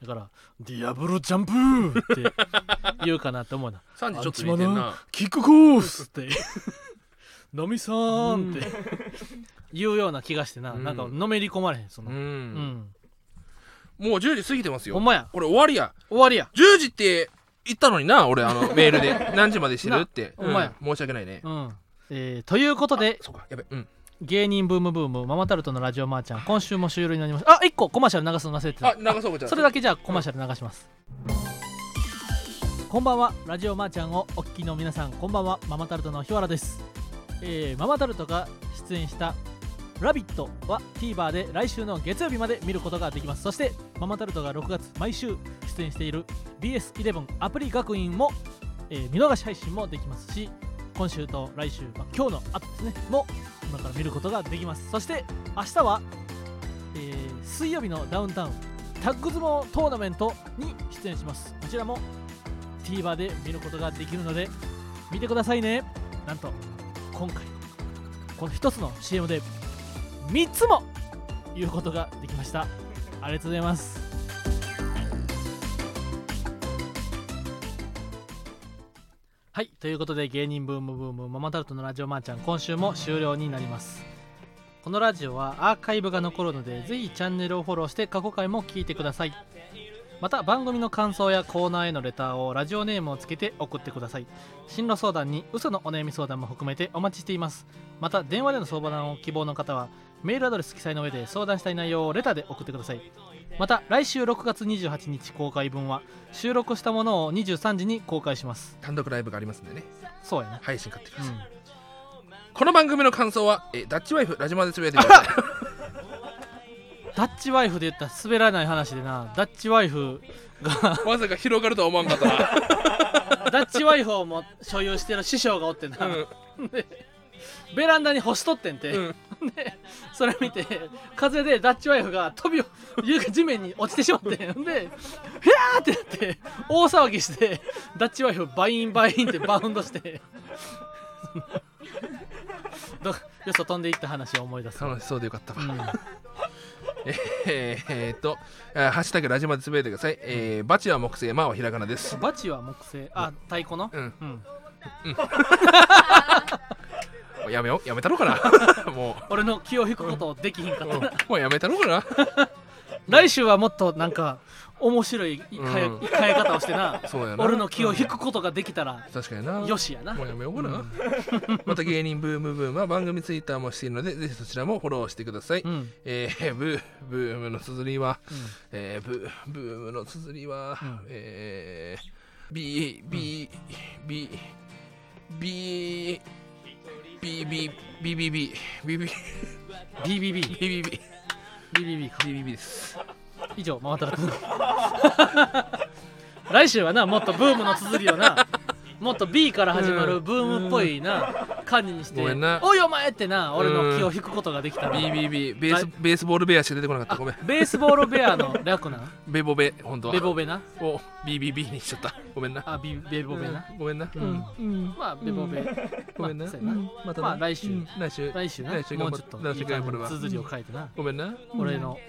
だから「ディアブロジャンプー!」って言うかなって思うな
サンジちょっと似てんな
「キックコース!」って「ナミさん!」って言うような気がしてな、
うん
なんかのめり込まれへんその
うん、
うん、
もう10時過ぎてますよ
ほんまや
俺終わりや
終わりや
10時って言ったのにな俺あ のメールで何時までしてるって、
なほんまや
うん申し訳ないね、
うんえーということで
そうかやべうん
芸人ブームブームママタルトのラジオマーちゃん今週も終了になりましたあ一1個コマーシャル流すの忘れてた
あ長そうこちゃん
それだけじゃあコマーシャル流します、こんばんはラジオまーちゃんをお聞きの皆さんこんばんはママタルトの日原です、えーママタルトが出演した「ラビット!」は TVer で来週の月曜日まで見ることができますそしてママタルトが6月毎週出演している BS11 アプリ学院も、えー見逃し配信もできますし今週と来週、まあ、今日の後ですねも今から見ることができますそして明日は、えー水曜日のダウンタウンタッグ相撲トーナメントに出演しますこちらも TVer で見ることができるので見てくださいねなんと今回この1つの CM で3つも言うことができましたありがとうございますはいということで芸人ブームブームママタルトのラジオマーちゃん今週も終了になりますこのラジオはアーカイブが残るのでぜひチャンネルをフォローして過去回も聞いてくださいまた番組の感想やコーナーへのレターをラジオネームをつけて送ってください進路相談に嘘のお悩み相談も含めてお待ちしていますまた電話での相談を希望の方はメールアドレス記載の上で相談したい内容をレターで送ってくださいまた来週6月28日公開分は収録したものを23時に公開します
単独ライブがありますんでね
そうやな
配信買ってくだ
う
さい、
ん
この番組の感想はえダッチワイフラジマでつぶやいてください
ダッチワイフで言ったら滑らない話でなダッチワイフが
まさか広がるとは思わんかったな
ダッチワイフをも所有してる師匠がおってな、
うん
でベランダに干しとってんて、
うん
でそれ見て風でダッチワイフが飛びを床地面に落ちてしまってんでひゃーってなって大騒ぎしてダッチワイフバインバインってバウンドしてそのどよそ飛んでいった話を思い出す、うん
楽 しそうでよかったわ、えー えーっと「あハッシュタグラジマでつぶやいてください」えーバチは木星マーはひらがなです
バチは木星あ太鼓の
うん
うん
やめようやめたろう かなも
俺の気を引くことをできひんかっ
う、う
た
ん
な
もうやめたろうかな
来週はもっとなんか面白い変え,、
うん
変え方をしてな
そうやな
俺の気を引くことができたら
確かにな
よしやな
もうやめようかな、
うん
また芸人ブームブームは番組ツイッターもしているのでぜひそちらもフォローしてください、
うん
えーブーブームの綴りは、えーブーブームの綴りは、
ん
えー、B B B B B B B B B B B
BBB
B B
BBB か
BBB です
以上ママタルト 来週はなもっとブームの綴りをなもっと B から始まるブームっぽいな感じにして
ごめんな
おいお前!」ってな俺の気を引くことができたら
BBB ベース
はい
ベースボールベアしか出てこなかったごめん
ベースボールベアの略なん
ベボベ本当は
ベボベな
を BBB にしちゃったごめんな
あビベボベな
うんごめんな
うん、まあベボベ、
ごめんな
まあそうやな
また
まあ来週
うん来週
来週な、
来週
も
頑
う
張っ
ちょっと
来
い
週
い
頑
感じ
張る
の
わ
綴りを書いてな、
ごめんな
俺の、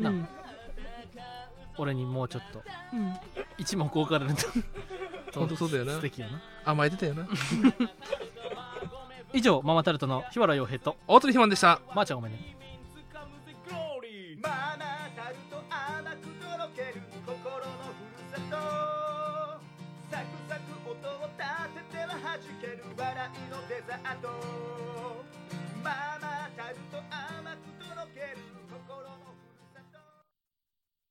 な
うん
俺にもうちょっと
うん
一目置かれる と
本当そうだよな
素敵やな
甘えてたよな
以上ママタルトの日原洋平と
大鳥ひまんでした
まー、ちゃんごめんね
ママタルト甘くとろける心のふるさとサクサク音を立てては弾ける笑いのデザートママタルト甘くとろける心のふるさと